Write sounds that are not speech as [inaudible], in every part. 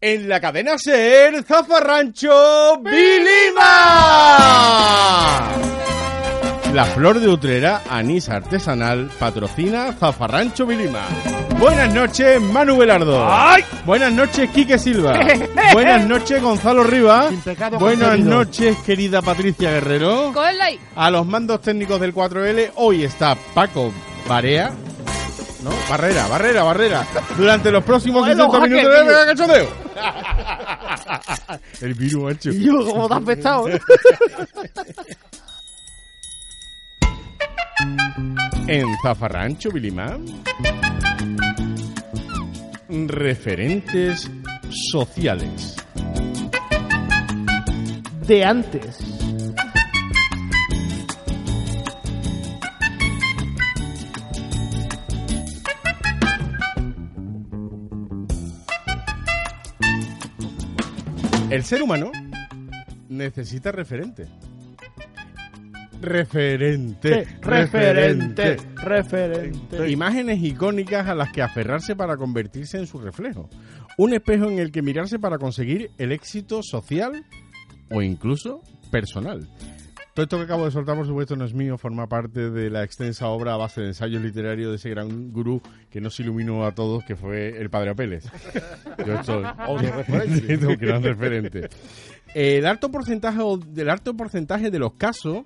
En la cadena Ser, Zafarrancho, Vilima. La flor de Utrera, anís artesanal, patrocina Zafarrancho Vilima. Buenas noches, Manu Velardo. ¡Ay! Buenas noches, Quique [laughs] Silva. Buenas noches, Gonzalo Rivas. Sin pecado Buenas concebido. noches, querida Patricia Guerrero. Con la- A los mandos técnicos del 4L hoy está Paco Barea. ¿No? Barrera, barrera, barrera. Durante los próximos Joder, los 60 minutos de hackers, Mega Cachondeo. [laughs] El virus, macho. Y yo, como te has pesado. En Zafarrancho, Bilimán. Referentes sociales. De antes. El ser humano necesita referente. Referente, Referente. Referente. Imágenes icónicas a las que aferrarse para convertirse en su reflejo. Un espejo en el que mirarse para conseguir el éxito social o incluso personal. Todo esto que acabo de soltar, por supuesto, no es mío, forma parte de la extensa obra a base de ensayo literario de ese gran gurú que nos iluminó a todos, que fue el padre Apeles. Yo estoy [laughs] un gran referente. El alto porcentaje, o- del alto porcentaje de los casos,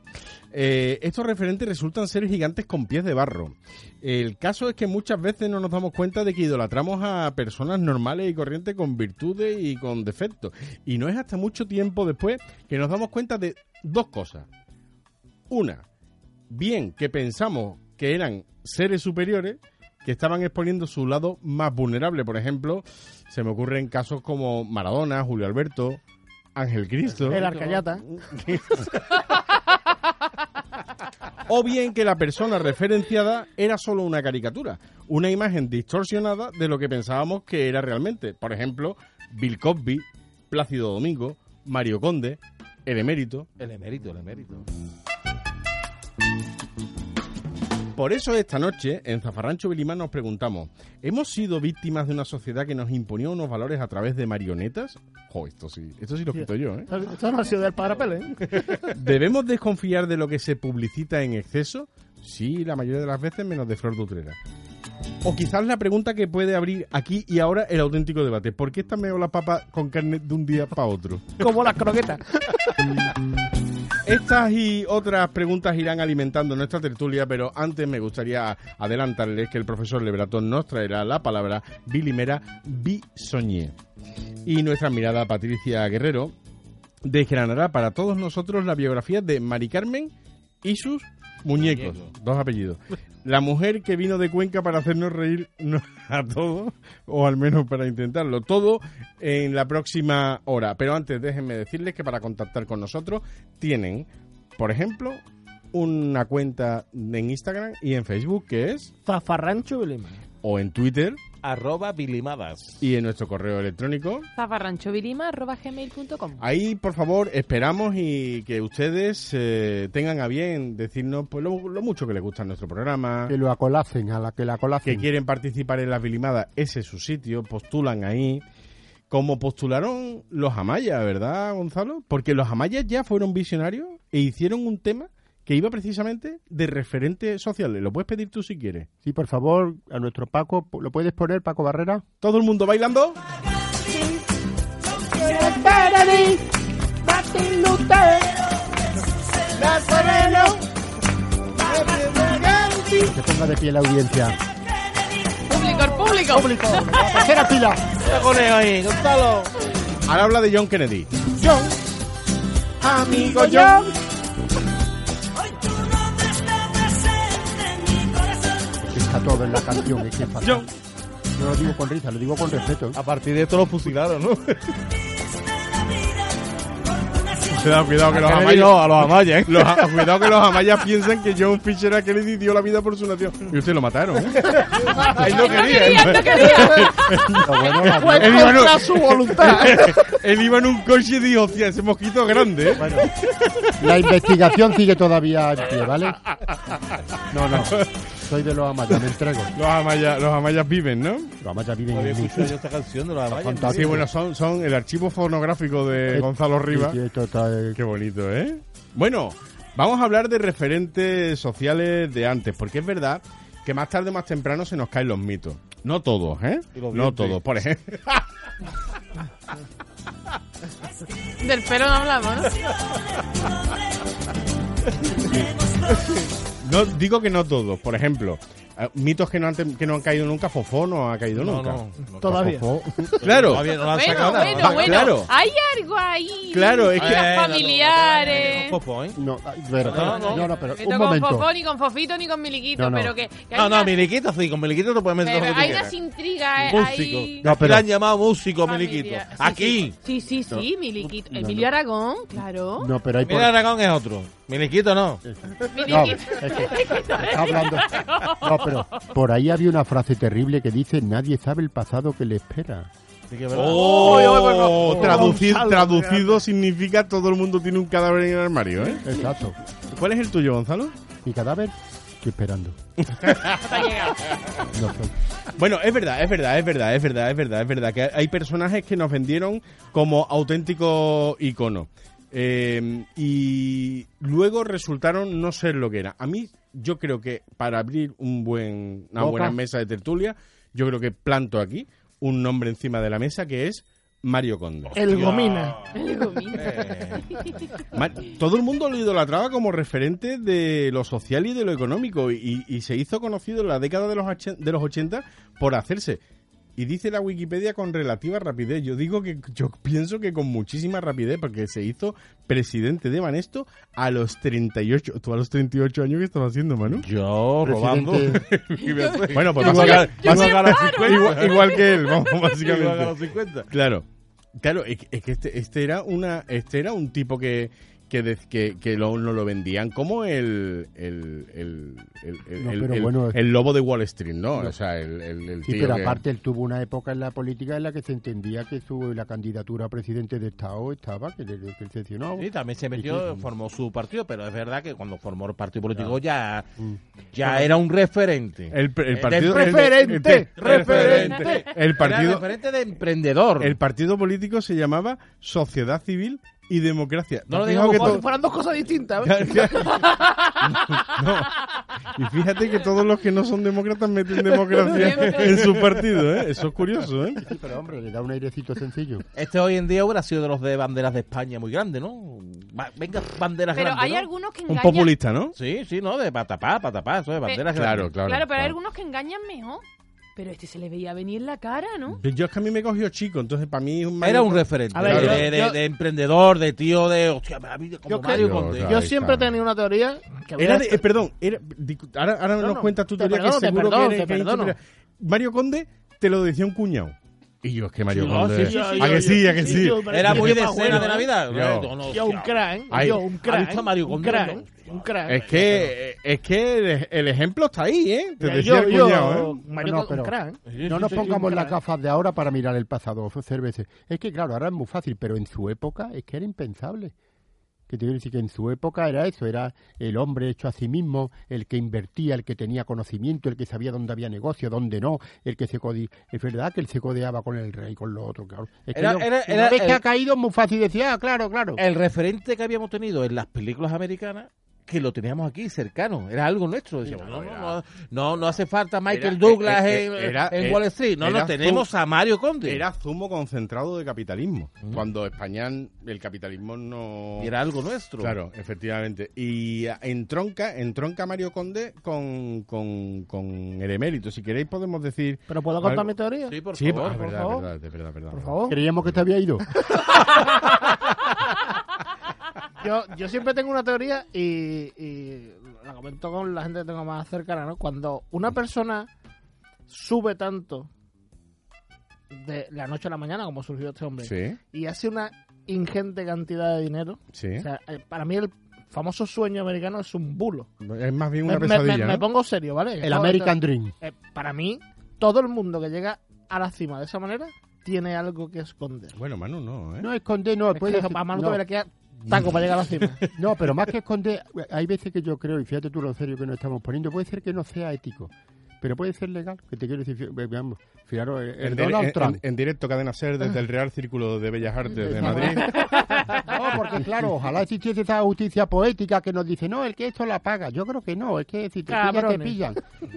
eh, estos referentes resultan ser gigantes con pies de barro. El caso es que muchas veces no nos damos cuenta de que idolatramos a personas normales y corrientes con virtudes y con defectos. Y no es hasta mucho tiempo después que nos damos cuenta de dos cosas. Una, bien que pensamos que eran seres superiores que estaban exponiendo su lado más vulnerable. Por ejemplo, se me ocurren casos como Maradona, Julio Alberto, Ángel Cristo. El arcayata. [laughs] O bien que la persona referenciada era solo una caricatura, una imagen distorsionada de lo que pensábamos que era realmente. Por ejemplo, Bill Cosby, Plácido Domingo, Mario Conde, el emérito. El emérito, el emérito. Por eso esta noche en Zafarrancho Vilimán nos preguntamos, ¿hemos sido víctimas de una sociedad que nos imponía unos valores a través de marionetas? Jo, esto sí, esto sí lo quito yo, ¿eh? Esto no ha sido del padre Pele. ¿eh? ¿Debemos desconfiar de lo que se publicita en exceso? Sí, la mayoría de las veces, menos de Flor de Utrera. O quizás la pregunta que puede abrir aquí y ahora el auténtico debate. ¿Por qué están mejor las papas con carne de un día para otro? Como las croquetas. Estas y otras preguntas irán alimentando nuestra tertulia, pero antes me gustaría adelantarles que el profesor Lebratón nos traerá la palabra bilimera bisoñé. Y nuestra mirada Patricia Guerrero desgranará para todos nosotros la biografía de Mari Carmen y sus muñecos, Muñecos. dos apellidos. La mujer que vino de Cuenca para hacernos reír no- [laughs] a todos, o al menos para intentarlo, todo en la próxima hora. Pero antes déjenme decirles que para contactar con nosotros tienen, por ejemplo, una cuenta en Instagram y en Facebook que es, Zafarrancho y Lima. o en Twitter Arroba bilimadas. y en nuestro correo electrónico. zafarranchovilima.gmail.com Ahí, por favor, esperamos y que ustedes eh, tengan a bien decirnos pues, lo, lo mucho que les gusta nuestro programa, que lo acolacen, a la que la que Mm. acolacen. quieren participar en las vilimadas, ese es su sitio, postulan ahí. Como postularon los Amayas, ¿verdad, Gonzalo? Porque los Amayas ya fueron visionarios e hicieron un tema que iba precisamente de referentes sociales. Lo puedes pedir tú si quieres. Sí, por favor, a nuestro Paco, ¿lo puedes poner, Paco Barrera? ¿Todo el mundo bailando? Que ponga de pie la audiencia. ¡Público, el público! ¡Público! [laughs] Tercera fila. Ahora habla de John Kennedy. John. Amigo John. Hoy tu nombre está presente en mi corazón. Está todo en la canción, es que es fatal. No lo digo con risa, lo digo con respeto. ¿eh? A partir de esto lo fusilaron, ¿no? Cuidado, cuidado, que los Kennedy Amayas... no, a los Amaya, ¿eh? Los- cuidado que los amayas piensan que John Fisher a Kennedy dio la vida por su nación. Y usted lo mataron. [laughs] ¿eh? Él no quería. ¡No Él, quería! Lo bueno, la- pues, Fue Él iba en contra un- su voluntad. [laughs] [laughs] él iba en un coche y dijo, hostia, ese mosquito es grande. ¿eh?". la investigación sigue todavía en pie, ¿vale? No, no. Soy de los amayas, me entrego. [laughs] Los amayas, los amayas viven, ¿no? Los amayas No viven había en mí. escuchado yo esta canción de los Amayas. Fantástico. Sí, bueno, son, son el archivo fonográfico de Eh, Gonzalo Rivas. Sí, sí, esto está, eh, Qué bonito, ¿eh? Bueno, vamos a hablar de referentes sociales de antes, porque es verdad que más tarde o más temprano se nos caen los mitos. No todos, ¿eh? Y los No dientes. todos, por ejemplo. Del pelo no hablamos, ¿no? [laughs] No, digo que no todos, por ejemplo. eh, Mitos que no, han, tem- que no han caído nunca, Fofó no ha caído No, nunca. no. Todavía. Claro, Todavía no la Ah, han Bueno, sacado nada, bueno, ¿no? Va, bueno. claro. Hay algo ahí. Claro, es Los que- familiares. Ojo, ojo, ¿eh? No, ay, pero, No, no. no, no, pero Esto un con momento. Fofó, ni con Fofito, ni con Miliquito, No, no. pero que, que hay No, una- no, Miliquito sí, con Miliquito te puedes meter pero lo que tú hay quieras. unas intrigas, eh, Músico. hay... No, pero- Le han llamado músico, familia. Miliquito. Sí, Aquí. Sí, sí, sí, sí, Miliquito. no, Emilio no. Aragón, claro. No, pero hay por... Mira, Aragón es otro. Miliquito no. No, Miliquito. es que está hablando. No, pero por ahí había una frase terrible que dice: Nadie sabe el pasado que le espera. Sí que es verdad. Oh, traducir- Gonzalo, traducido significa todo el mundo tiene un cadáver en el armario, ¿eh? Exacto. ¿Cuál es el tuyo, Gonzalo? Mi cadáver, estoy esperando. No sé. Bueno, es verdad, es verdad, es verdad, es verdad, es verdad, es verdad que hay personajes que nos vendieron como auténtico icono Eh, y luego resultaron no ser lo que era. A mí, yo creo que para abrir un buen, una Boca. buena mesa de tertulia, yo creo que planto aquí un nombre encima de la mesa que es Mario Conde. El Gomina. Eh, [laughs] Ma- Todo el mundo lo idolatraba como referente de lo social y de lo económico y, y se hizo conocido en la década de los, ochen- de los 80 por hacerse. Y dice la Wikipedia con relativa rapidez. Yo digo que yo pienso que con muchísima rapidez porque se hizo presidente de Banesto a los 38. ¿Tú a los 38 años qué estabas haciendo, Manu? Yo robando. [laughs] Presidente, Bueno, pues yo soy- básicamente- yo soy básicamente- igual, igual que él, vamos, Igual a básicamente. los 50. Claro, claro, es que- es que este, este era una, este era un tipo que que, de- que, que lo, nos lo vendían como el el, el, el, el- No, el- pero el- bueno, es- el lobo de Wall Street, ¿no? O sea, el, el, el Sí, tío pero que- aparte él tuvo una época en la política en la que se entendía que su, la candidatura a presidente de Estado estaba, que, le, que él se decía, no, Sí, también se Sí, metió, sí. formó su partido, pero es verdad que cuando formó el partido político ya, Mm. ya era un referente. el, el Del partido el- preferente, el- el- referente. el Eh, Era partido referente de emprendedor. el partido político se llamaba Sociedad Civil y Democracia. No lo Y digamos fíjate por- to- Fueran dos cosas distintas. ¿ves? No. Y fíjate que todos los que no son demócratas meten democracia en su partido, ¿eh? Eso es curioso, ¿eh? sí, pero hombre, le da un airecito sencillo. Este hoy en día hubiera sido de los de banderas de España muy grande, ¿no? Va- Venga, banderas Pero grandes, hay ¿no? algunos que Un engañan. populista, ¿no? Sí, sí, ¿no? De patapá, patapá, Eh, eso de banderas Claro, claro. Claro, pero hay claro. algunos que engañan mejor. Pero este se le veía venir la cara, ¿no? Yo es que a mí me cogió chico, entonces para mí es un Era un referente. A ver, de, yo- de- yo- de emprendedor, de tío, de... Hostia, maravilla, como Yo creo- Mario Yo, Conde. claro. Yo Ahí siempre he está. tenido una teoría que Era había... de- eh, perdón, era- di- ahora, ahora No, nos no, cuentas tú te teoría perdono, que te seguro perdono, que, eres- te que perdono. eres- Mario Conde te lo decía un cuñado. Y yo, es que Mario Sí, no, Conde. sí, sí, sí, ¿A yo- que sí? yo- ¿A que sí, sí? yo- Era muy de Más bueno, cena de ¿eh? Navidad. Yo. No, no, Yo un hostia. crack, Ay. yo un ¿Has crack, visto a Mario un Conde, crack, no? un crack. Es que, es que el- el ejemplo está ahí, ¿eh? Te Ya, decía el cuñado, ¿eh? Mario No, Conde, pero- un crack. ¿eh? Sí, No sí, nos sí, pongamos sí, las claro. gafas de ahora para mirar el pasado, hacer veces. Es que claro, ahora es muy fácil, pero en su época es que era impensable. Que te quiero decir que en su época era eso, era el hombre hecho a sí mismo, el que invertía, el que tenía conocimiento, el que sabía dónde había negocio, dónde no, el que se codi... Es verdad que él se codeaba con el rey, con lo otro, claro. Es que Era- no- era- una era vez que el- Eh, ha caído es muy fácil decir, ah, claro, claro. El referente que habíamos tenido en las películas americanas que lo teníamos aquí cercano, era algo nuestro. Decíamos, no, no, no, no, no hace falta Michael era- Douglas eh, eh, en, era- en eh, Wall Street, no, era no, tenemos a Mario Conde. Era zumo concentrado de capitalismo. Mm. Cuando España, el capitalismo no... Y era algo nuestro. Claro, efectivamente. Y ah, entronca, entronca Mario Conde con, con, con el emérito. Si queréis podemos decir... Pero puedo contar Algo- mi teoría, Sí, por Sí, favor. ah, por verdad, favor. verdad, de verdad, verdad, por verdad. favor. Creíamos que te [laughs] había ido. Yo, yo siempre tengo una teoría y, y la comento con la gente que tengo más cercana, ¿no? Cuando una persona sube tanto de la noche a la mañana, como surgió este hombre, Sí, y hace una ingente cantidad de dinero, sí. o sea, eh, para mí el famoso sueño americano es un bulo. es más bien Me, una me- pesadilla, me- ¿no? me pongo serio, ¿vale? El Esto- American Dream. esto- eh, para mí, todo el mundo que llega a la cima de esa manera tiene algo que esconder. Bueno, Manu, no, ¿eh? No esconde, no, Es puede que a Manu no. todavía le queda taco para llegar a la cima. No, pero más que esconder, hay veces que yo creo, y fíjate tú lo serio que nos estamos poniendo, puede ser que no sea ético, pero puede ser legal, que te quiero decir, fi- veamos, fijaros, el, el En, Donald en- Trump. en- en directo, Cadena Ser, desde Ah. el Real Círculo de Bellas Artes de Madrid. No, porque claro, ojalá existiese esa justicia poética que nos dice, no, el que esto la paga. Yo creo que no, es que si te pillan, te Cabrones. pillan.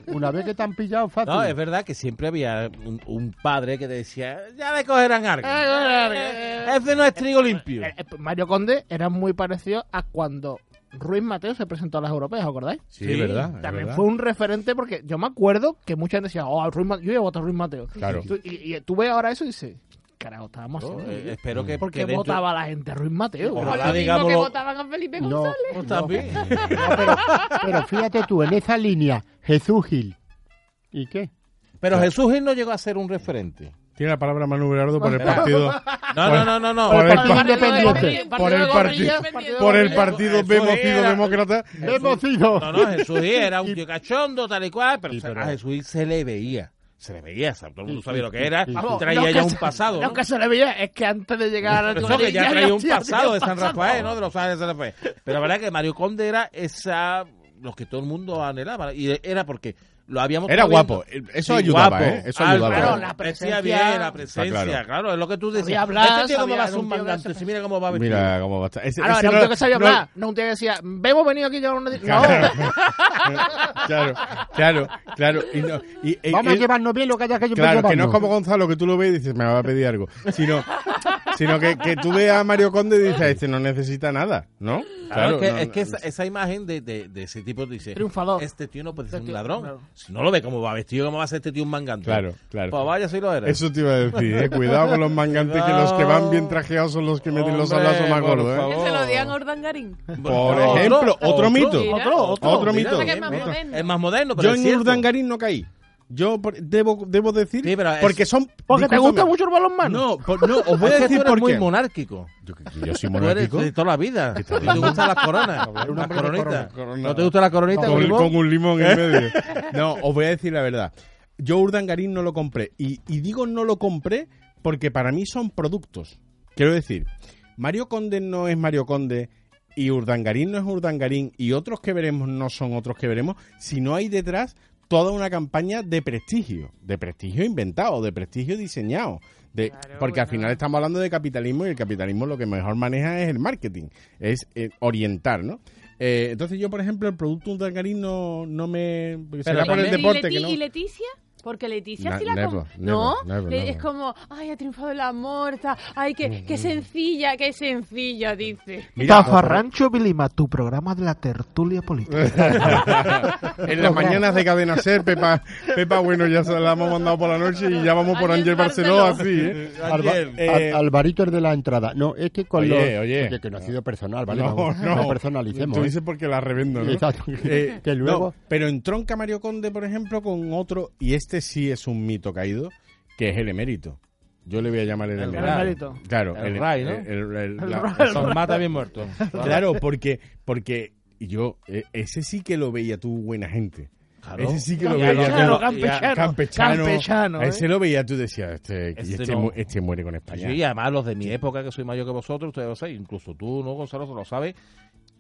Una vez que te han pillado, fácil. No, es verdad que siempre había un, un padre que decía, ya le cogerán algo. Eh, Ese no es trigo limpio. eh, Mario Conde era muy parecido a cuando Ruiz Mateo se presentó a las europeas, ¿os acordáis? Sí, Sí, verdad. Ah, es También verdad. fue un referente porque yo me acuerdo que mucha gente decía, oh, Ruiz Mateo, yo iba a votar a Ruiz Mateo. Claro. Tú- y, y tú ves ahora eso y dices, carajo, estábamos No, haciendo. eh, espero que, ¿Por qué que dentro- votaba la gente a Ruiz Mateo? Ojalá. Como lo mismo que digámoslo- votaban a Felipe No, González. Pues también. pero fíjate tú, en esa línea, Jesús Gil. ¿Y qué? Pero Jesús Gil no llegó a ser un referente. Tiene la palabra Manu Berardo por el partido. No, no, no, no, no. Por el Partido pa- Independiente. Por el partido, por el partido Eso Bemocido era- Demócrata. ¡Hemos ido! No, no, Jesús Gil era un tío cachondo, tal y cual, pero, o sea, a Jesús Gil se le veía. Se le veía, o sea, todo el mundo Sí, sabía sí, lo que sí, era, sí, y sí. Vamos, traía lo ya que un se- pasado. Lo ¿no? que se le veía es que antes de llegar a la Eso que ya [laughs] traía un hacía- pasado de tenía San pasado. Rafael, ¿no? De los años de San Rafael. Pero la verdad es que Mario Conde era esa los que todo el mundo anhelaba y era porque lo habíamos Era estado guapo. viendo. Eso Sí, ayudaba, guapo. ¿eh? Eso Algo, ayudaba. claro, la la presencia presencia. bien, la presencia, Está claro. claro. es lo que tú Sabía decías. hablar, este tío cómo sabía- va a era ser un un tío que mandante, se- sí, mira cómo va a vestir. Mira cómo va a estar. Ese- Ahora, ese era un no- tío que sabía no- hablar, no un tío que decía, vemos venir aquí yo no... Claro, no. claro, claro, claro. Y no- y- y- Vamos a él- llevarnos bien lo que haya que Claro, que no es llevarnos. como Gonzalo, que tú lo ves y dices, me va a pedir algo. Sino, sino que, que tú ves a Mario Conde y dices, este no necesita nada, ¿no? Claro, es que, no, es que no. esa, esa imagen de, de- de ese tipo dice, Triunfador. este tío no puede ser Este un tío- ladrón. claro. Si no lo ve cómo va vestido, cómo va a ser este tío un mangante. Claro, claro. Pues vaya si lo era. [laughs] Eso te iba a decir, eh, cuidado con los mangantes, que los que van bien trajeados son los que meten los Hombre, abrazos más por gordos. ¿eh? favor. Que se lo digan a Urdangarín. Por ejemplo, otro mito. Otro, otro. Otro mito. que es más Mira, moderno. Es más moderno, pero Yo es en cierto. Urdangarín no caí. Yo por- debo, debo decir, Sí, pero es- porque son... Porque te gusta discúlpame. mucho el balonmano. [laughs] No, por- no, os voy a Es que tú decir eres por muy qué. monárquico. Yo, yo soy Tú eres monárquico. de toda la vida. Y tal? te gustan las coronas. Era un Las [laughs] hombre de coronitas. corona, corona. ¿No te gustan las coronitas? con, Guillermo? con un limón ¿Eh? en [laughs] medio. No, os voy a decir la verdad. Yo Urdangarín no lo compré. Y, y digo no lo compré porque para mí son productos. Quiero decir, Mario Conde no es Mario Conde y Urdangarín no es Urdangarín y otros que veremos no son otros que veremos, si no hay detrás toda una campaña de prestigio, de prestigio inventado, de prestigio diseñado. De, porque al final estamos hablando de capitalismo y el capitalismo lo que mejor maneja es el marketing, es eh, orientar, ¿no? Eh, entonces yo, por ejemplo, el producto Urdangarín no, no me... será por el también- ¿Y deporte Leti- que no... ¿Y Leticia? Porque Leticia Na- sí la never, com- never, No, never, Le- never. Mm. es como, ay, ha triunfado el amor, está- ay, qué, qué sencilla, qué sencilla, dice. Mira, Vilima, tu programa de la tertulia política. en las mañanas de Cadena Ser, Pepa, Pepa, bueno, ya se la hemos mandado por la noche y ya vamos por Ángel Ángel Barceló así, Barceló. ¿eh? Alba- Eh, Al- Alvarito es de la entrada. No, es que con Oye, los- oye. que no ha sido personal, ¿vale? No, Vamos, no. personalicemos. Tú ¿eh? dices porque la revendo, ¿no? Exacto. Eh, [laughs] que luego... no, pero entronca Mario Conde, por ejemplo, con otro, y este sí es un mito caído, que es el emérito. Yo le voy a llamar el, El emérito. emérito. Claro, El Ray, ¿no? el- el- el- la- Son mata bien muerto. [laughs] Claro, porque, porque yo, eh, ese sí que lo veía tú, buena gente. Claro. Ese sí que lo veía Claro, tú. Campechano, ya- campechano. Campechano, Campechano, a ¿eh? ese lo veía tú decías, este, Este este no. mu- este muere con Pues España. yo, y además los de mi época, que soy mayor que vosotros, ustedes lo saben, incluso tú, ¿no, Gonzalo? Se lo sabe,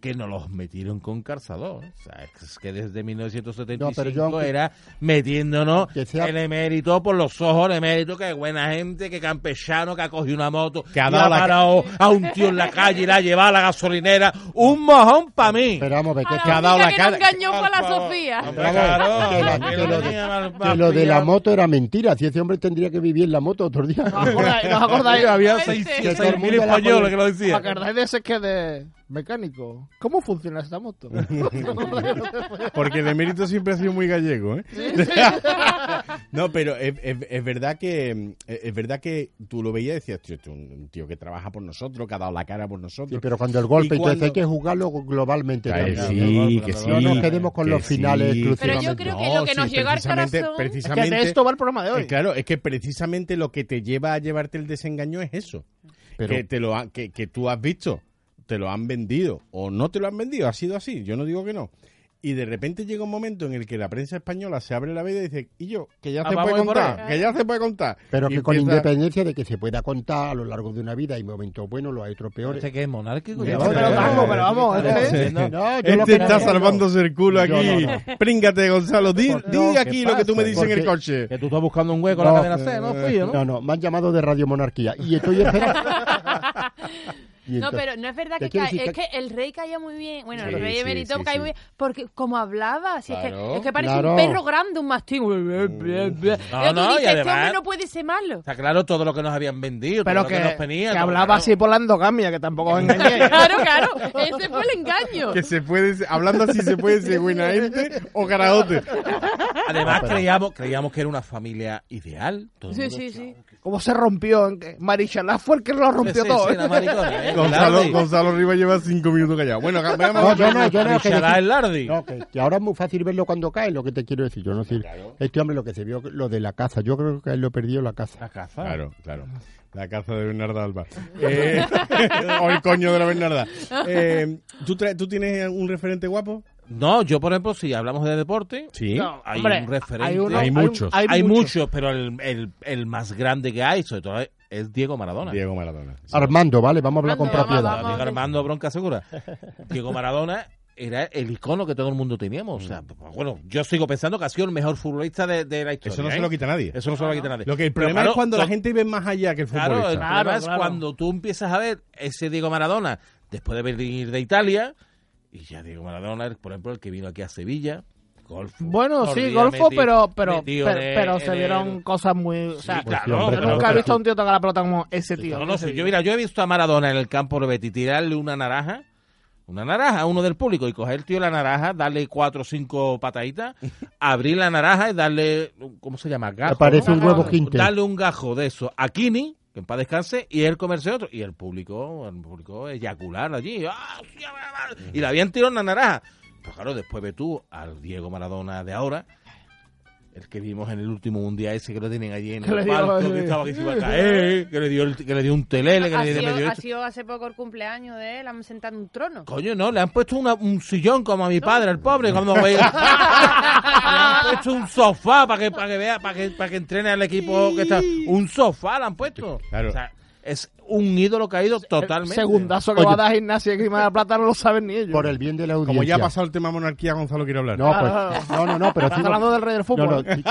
que nos los metieron con calzador. O sea, es que desde 1975 No, pero yo aunque- era metiéndonos Que sea- el emérito por los ojos, el emérito, que buena gente, que campechano, que ha cogido una moto, Que ha y dado la ca- parado a un tío en la calle y la ha llevado a la gasolinera. ¡Un mojón para mí! Pero vamos a ver, que, A la que ha dado única la que nos cara. engañó fue a la Por favor. Sofía. Hombre, Vamos a ver, claro, que la- hombre, que no lo de- tenía mal- que mal lo de la pillado. moto era mentira. Si ese hombre tendría que vivir en la moto otro día. ¿No os acordáis? ¿No os acordáis? [laughs] Había Ay, seis- sí. Que todo el 6.000 mundo la españoles podía- que lo ¿Os decían. acordáis de ese que de mecánico? ¿Cómo funciona esta [laughs] moto? Porque el emérito siempre ha sido muy gallego, ¿eh? [laughs] no, pero es, es- es verdad que mm, es es verdad que tú lo veías y decías, tío, este es un tío que trabaja por nosotros, que ha dado la cara por Sí, nosotros. pero cuando el golpe, ¿Y entonces cuando- hay que jugarlo globalmente. Ay, también. sí, que sí. No nos quedemos con que los finales sí. exclusivamente. Pero yo creo que lo que nos llegó al precisamente- corazón- Es precisamente, que de esto va el programa de Eh, hoy. claro, es que precisamente lo que te lleva a llevarte el desengaño es eso. Pero- que, te lo ha- que, que tú has visto, te lo han vendido o no te lo han vendido, ha sido así, yo no digo que no. Y de repente llega un momento en el que la prensa española se abre la veda y dice, y yo, que ya Ah, se vamos puede a ir por contar, ahí. que ya se puede contar. Pero Y que con empieza- independencia de que se pueda contar a lo largo de una vida, hay momentos buenos, los hay otros peores. Este que es monárquico. Este ya pero verás. vamos, pero vamos, Estamos este- haciendo- No, yo lo ¿eh? Este que está no- salvándose el culo aquí. Yo no, Príngate, Gonzalo. Di, Por- di no, ¿qué aquí lo que tú me pasa? dices en el Porque- coche. Que tú estás buscando un hueco en la No, cadena C, ¿no, eh, pillo, no? No, no, me han llamado de Radio Monarquía y estoy esperando. Y No, entonces- pero no es verdad te que quiero cae, decir es que el rey caía muy bien, bueno, Sí, el rey sí, emérito sí, cae sí. muy bien, porque como hablaba, si es, Claro, que, es que parece claro. un perro grande, un mastín. No, No, no, y este además- hombre no puede [laughs] ser malo. Está claro todo lo que nos habían vendido, Pero todo que, lo que nos venían. que hablaba así por la endogamia, que tampoco os [laughs] engañéis. Claro, claro, ese fue el engaño. [laughs] Que se puede, ser- hablando así se puede ser buenaente o garaote. Además, creíamos, creíamos que era una familia ideal. Todo el Sí, mundo- sí, sí. ¿Cómo se rompió? Marichalá fue el que lo rompió Sí, todo. sí, ¿eh? la maricona, ¿eh? Gonzalo, Lardi. Gonzalo Rivas lleva cinco minutos callado. Bueno, ga- veamos. No, yo no, yo no. que Marichalá decir- el Lardi. No, que, que ahora es muy fácil verlo cuando cae, lo que te quiero decir. Yo no sé. Este hombre lo que se vio, lo de la casa. Yo creo que él lo perdió la casa. La caza. Claro, claro. La caza de Bernarda Alba. Eh, o el coño de la Bernarda. Eh, ¿tú, tra- ¿Tú tienes un referente guapo? No, yo, por ejemplo, si hablamos de deporte, Sí. No, Hay hombre, un referente. hay uno- Hay un- muchos. hay, muchos. muchos, pero el, el, el más grande que hay, sobre todo, es Diego Maradona. Diego Maradona. Armando, ¿vale? Vamos a hablar con Armando, vamos, propiedad. Diego vamos. Armando Bronca [laughs] Segura. Diego Maradona era el icono que todo el mundo teníamos. O sea, pues, bueno, yo sigo pensando que ha sido el mejor futbolista de, de la Mm. historia. Eso no ¿eh? se lo quita nadie. Eso no se lo va a quitar nadie. Lo que el Pero problema claro, es cuando la to- gente ve más allá que el Claro, el futbolista. problema Claro, es claro. cuando tú empiezas a ver ese Diego Maradona después de venir de Italia, y ya Diego Maradona, por ejemplo, el que vino aquí a Sevilla, golfo. Bueno, Por sí, día golfo, meti- pero pero, metido pero, en el- pero se en el- vieron cosas muy... O sea, Sí, Pues, claro, sí, hombre, yo claro, nunca he pero- visto a un tío tocar la pelota como ese tío. No, no, sí, yo, mira, yo he visto a Maradona en el campo de Betis tirarle una naranja, una naranja a uno del público y coger, tío, la naranja, darle cuatro o [laughs] cinco pataditas, abrir la naranja y darle, ¿cómo se llama? Gajo. Me parece ¿no? un huevo quinte. Darle un gajo de eso a Kini, que en paz descanse, y él comerse otro. Y el público, el público eyacular allí. ¡Ah, hostia, va, va! Y le habían tirado una naranja. Pues claro, después ve tú al Diego Maradona de ahora, el que vimos en el último mundial ese que lo tienen allí en Que le el dio- palco, que estaba que se iba a caer, que le dio, el- que le dio un telele, que Ha le dio medio sido, ha esto. sido hace poco el cumpleaños de él, han sentado en un trono. Coño, no, le han puesto una- un sillón como a mi padre, al pobre, cuando ve. le han puesto un sofá para que, para que vea, para que, para que entrene al equipo que está. Un sofá le han puesto. Claro. O sea, es un ídolo caído totalmente. Segundazo que Oye. va a dar gimnasia y Grima de la Plata no lo saben ni ellos. Por el bien de la audiencia. Como ya ha pasado el tema monarquía, Gonzalo quiere hablar. No, pues, no, no, no, pero Estás sigo- hablando del rey del No, fútbol. [laughs] no, sí-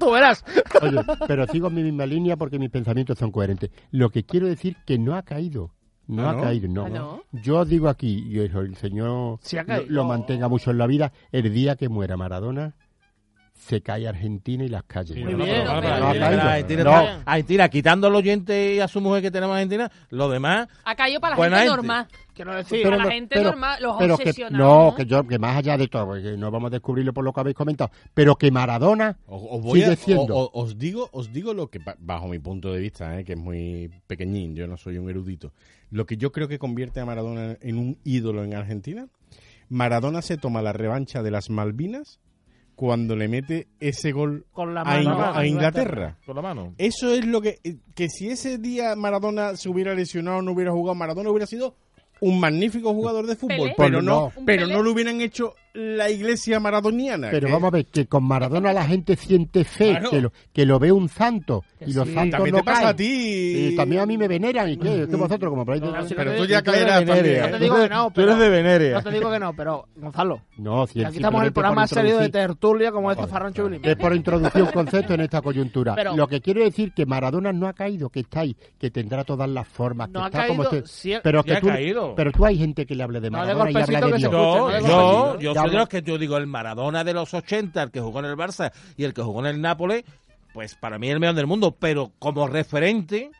Tú verás. Oye, pero sigo en mi misma línea porque mis pensamientos son coherentes. Lo que quiero decir que no ha caído. No Ah, ha ¿no? caído, no. Ah, ¿no? Yo digo aquí, y eso, el Señor Sí ha lo- caído. lo mantenga mucho en la vida, el día que muera Maradona, se cae Argentina y las calles. Sí, Muy bien. Pero, pero, pero- No, pero, no, Argentina, no. Argentina, Argentina, quitando al oyente y a su mujer que tenemos en Argentina, lo demás. Ha caído para la Buena gente gente. normal. Quiero decir, Pero- pero, la gente normal, los pero que, obsesionados, no, ¿no? que yo, que más allá de todo, que no vamos a descubrirlo por lo que habéis comentado, pero que Maradona Os, os voy a- Sigue siendo. o- o- os digo, os digo lo que, pa- bajo mi punto de vista, eh, que es muy pequeñín, yo no soy un erudito, lo que yo creo que convierte a Maradona en un ídolo en Argentina, Maradona se toma la revancha de las Malvinas cuando le mete ese gol con la a, mano. Inga- no, a Inglaterra. Con la mano. Eso es lo que, eh, que si ese día Maradona se hubiera lesionado, no hubiera jugado, Maradona hubiera sido un magnífico jugador de fútbol, Pelé. pero Pues no, no. Un pero Pelé. no le hubieran hecho la iglesia maradoniana. Pero que- vamos a ver, que con Maradona la gente siente fe, Claro. que, lo, que lo ve un santo, y los sí. santos también no te pasa caen. a ti. Mm. Y también a mí me veneran, y que, que vosotros, como por ahí- No, sí, Pero Yo tú te- ya yo te caerás Veneria, también. yo te digo que no, Tú eres pero- de Veneria. No te digo que no, pero Gonzalo, No, si que él aquí estamos en el simplemente por programa serio de este introducir- tertulia como este Farrancho Billy. Es por introducir un concepto en esta coyuntura. Pero- Lo que quiero decir que Maradona no ha caído, que está ahí, que tendrá todas las formas, No que ha está como este- caído, esté. sí, Pero sí que ha tú, caído. pero tú hay gente que le hable de No, de Maradona y habla golpecito de que se Dios. Escucha, no Yo, hay yo, golpecito. yo Ya soy de hablo- los que yo digo el Maradona de los 80, el que jugó en el Barça y el que jugó en el Nápoles, pues para mí es el mejor del mundo, pero como referente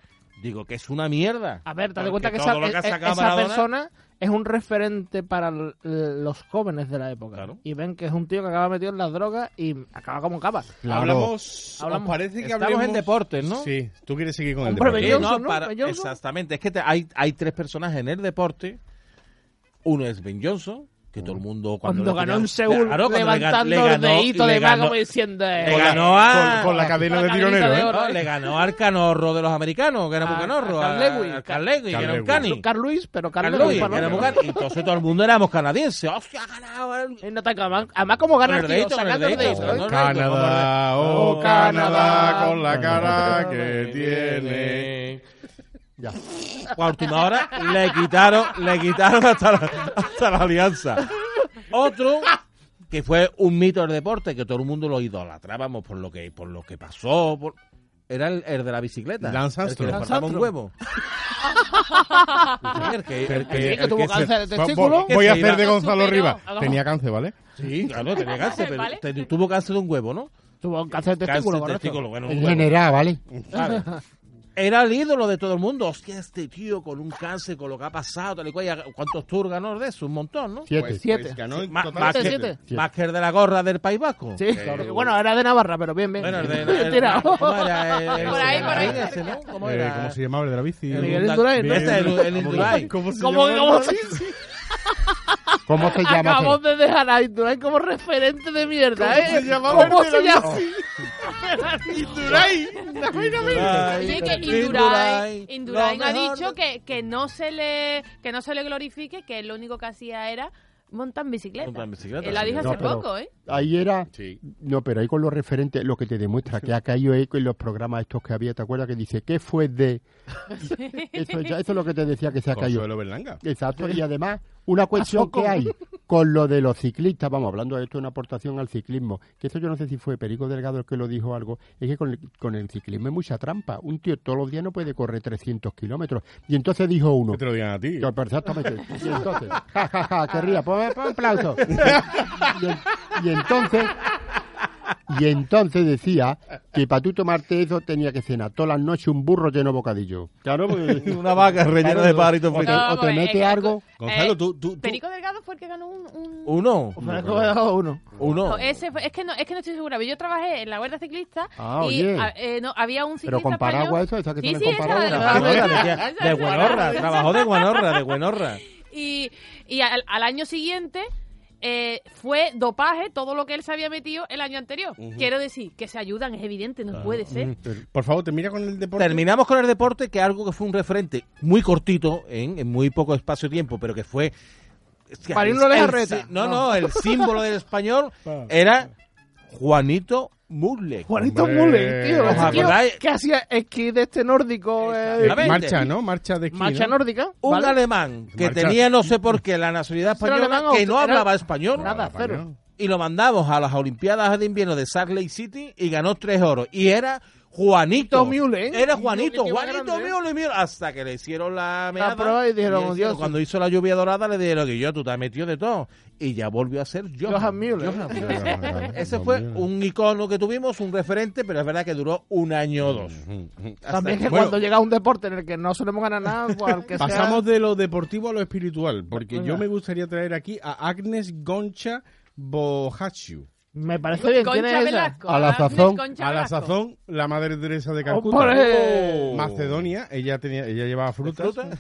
digo que es una mierda. A ver, date Porque cuenta que todo esa, lo ha e- e- sacado esa Maradona- persona es un referente para l- los jóvenes de la época. Claro. Y ven que es un tío que acaba metido en las drogas y acaba como capa. Claro. Hablamos, Hablamos. ¿os parece que Estamos hablemos en deportes, ¿no? Sí, tú quieres seguir con el Hombre, deporte. Sí, Johnson, no, ¿no? para- Ben Johnson. exactamente. Es que te- hay, hay tres personajes en el deporte. Uno es Ben Johnson, que todo el mundo cuando, Cuando le ganó ganó- en Seúl, Claro, cuando le gan- levantando le el ganó- dedito le de ganó- mago me diciendo... eh, le ganó a Con, con la cadena de tironero, ¿eh? No, le ganó al canorro de los americanos, que era A- a Bucanorro. Carl Lewis. Al Carl Lewis, que era un Carl Lewis. cani. Carl Luis, pero Carl Carl Lewis, Lewis, Carl que era Lewis. un cani. Entonces todo el mundo éramos canadienses. ¡Hostia, ha ganado! el- En Atacama, además como gana el Con el tío, dedito, con el sacando el dedito, dedito, sacando ¿eh? el Canadá, oh Canadá, con la cara que tiene. Ya. Pues A última hora le quitaron, le quitaron hasta la, hasta la alianza. Otro que fue un mito del deporte que todo el mundo lo idolatrábamos por lo que por lo que pasó, por- era el, el de la bicicleta. Lance el que Armstrong. le faltaba un huevo. [laughs] El que- el que- Sí, que el tuvo que se- cáncer de Vo- testículo. vo- Voy a hacer de Superó, Gonzalo superó. Rivas. Tenía cáncer, ¿vale? Sí, claro, tenía [laughs] cáncer, pero ¿Vale? te- tuvo cáncer de un huevo, ¿no? ¿eh? Tuvo un cáncer de testículo, cáncer de correcto. testículo, bueno, un En huevo. general, Eh, ¿vale? pues ¿sabes? Era el ídolo de todo el mundo. Hostia, este tío con un cáncer, con lo que ha pasado, tal y cual. y ha- ¿Cuántos tours ganó de eso? Un montón, ¿no? Siete. Siete. ganó en Ma- total más, siete, que, siete. más que el de la gorra del País Vasco. Sí, bueno, era de Navarra, pero bien, bien. [laughs] Bueno, el de. el- Tirado. ¿Cómo era? El- Por ahí, por ahí. ese, ¿no? ¿Cómo Eh, era? ¿Cómo se llamaba el de la bici? El Miguel Unda- Indurain, ¿no? Ese, el, el Indurain. ¿Cómo se ¿Cómo, llamaba? cómo se- ¿Cómo [laughs] se llama? Acabamos de dejar a Indurain como referente de mierda, ¿eh? se llamaba ¿Cómo el se de la llama? Oye, que Indurain, Indurain, Indurain lo ha mejor. dicho que, que no se le que no se le glorifique, que lo único que hacía era montar bicicleta. Montar bicicleta, Él la sí. dijo No, hace pero- poco, ¿eh? Ahí era. Sí. No, pero ahí con los referentes, lo que te demuestra que ha caído ahí en los programas estos que había, ¿te acuerdas? Que dice, ¿qué fue de.? Eso, ya- eso es lo que te decía que se ha Pues caído. Consuelo Berlanga. Exacto, y además, una cuestión Azoco. que hay con lo de los ciclistas, vamos, hablando de esto, una aportación al ciclismo, que eso yo no sé si fue Perico Delgado el que lo dijo algo, es que con el, con el ciclismo hay mucha trampa. Un tío todos los días no puede correr 300 kilómetros. Y entonces dijo uno. Que te lo digan a ti. Yo, Exactamente. Y entonces, [laughs] ja, ja, ja, que ría, pon, pon [laughs] aplauso. Y, en- y entonces, y entonces decía que para tú tomarte eso tenía que cenar todas las noches un burro lleno de bocadillo. Claro, porque- Una vaca rellena de palitos o te, fritos. o te pues, es mete que- algo. Gonzalo, Eh, tú- tú- tú- Perico Delgado fue el que ganó un... un- Uno. Pues Me acabo de dar uno. Uno. No, ese fue- es que no es que no estoy segura, pero yo trabajé en la huerta ciclista Ah, y oye. a- eh, no, había un Pero ciclista con paraguas, español. eso, esa que Sí, tienen sí, con esa, paraguas. la Ah, huerta. de- de- de Guenorra, trabajó de Guanorra, de Guenorra. Y, y al, al año siguiente eh, fue dopaje todo lo que él se había metido el año anterior. Quiero decir, que se ayudan, es evidente, no puede ser. Por favor, te mira con el deporte. Terminamos con el deporte, que algo que fue un referente muy cortito, en, en muy poco espacio de tiempo, pero que fue... hostia, Marino el- Lejarreta. el- No, No. [laughs] no, el símbolo del español Ah. era Juanito Murle. Juanito Hombre. Mullen, tío. ¿Os ese tío acordáis? que hacía esquí de este nórdico? eh, Exactamente. Marcha, ¿no? Marcha de esquí, marcha ¿no? nórdica. Un ¿vale? alemán que Marcha. tenía no sé por qué la nacionalidad ¿Era alemán española, o que no era- hablaba español. Ah, Nada, cero. y lo mandamos a las Olimpiadas de Invierno de Salt Lake City y ganó tres oros. Y era Juanito Juanito Müller, ¿eh? Era Juanito, Qué Juanito grande, ¿eh? Müller, Müller, Hasta que le hicieron la meada. prueba y dijeron, le "Dios". Cuando hizo la lluvia dorada le dijeron que yo, tú te has metido de todo. Y ya volvió a ser Johan, Johan Müller. ¿eh? [laughs] Ese fue un icono que tuvimos, un referente, pero es verdad que duró un año o dos. Hasta También que que- cuando llega un deporte en el que no solemos ganar nada, pues al que sea- Pasamos de lo deportivo a lo espiritual, porque yo me gustaría traer aquí a Agnes Goncha Bohachu. Me parece bien. ¿Quién Concha es esa? Velasco. A la ah, sazón, Concha A la Velasco. sazón, la madre Teresa de Calcuta. ¡Hombre! Macedonia, ella tenía, ella llevaba frutas. Oh. fruta?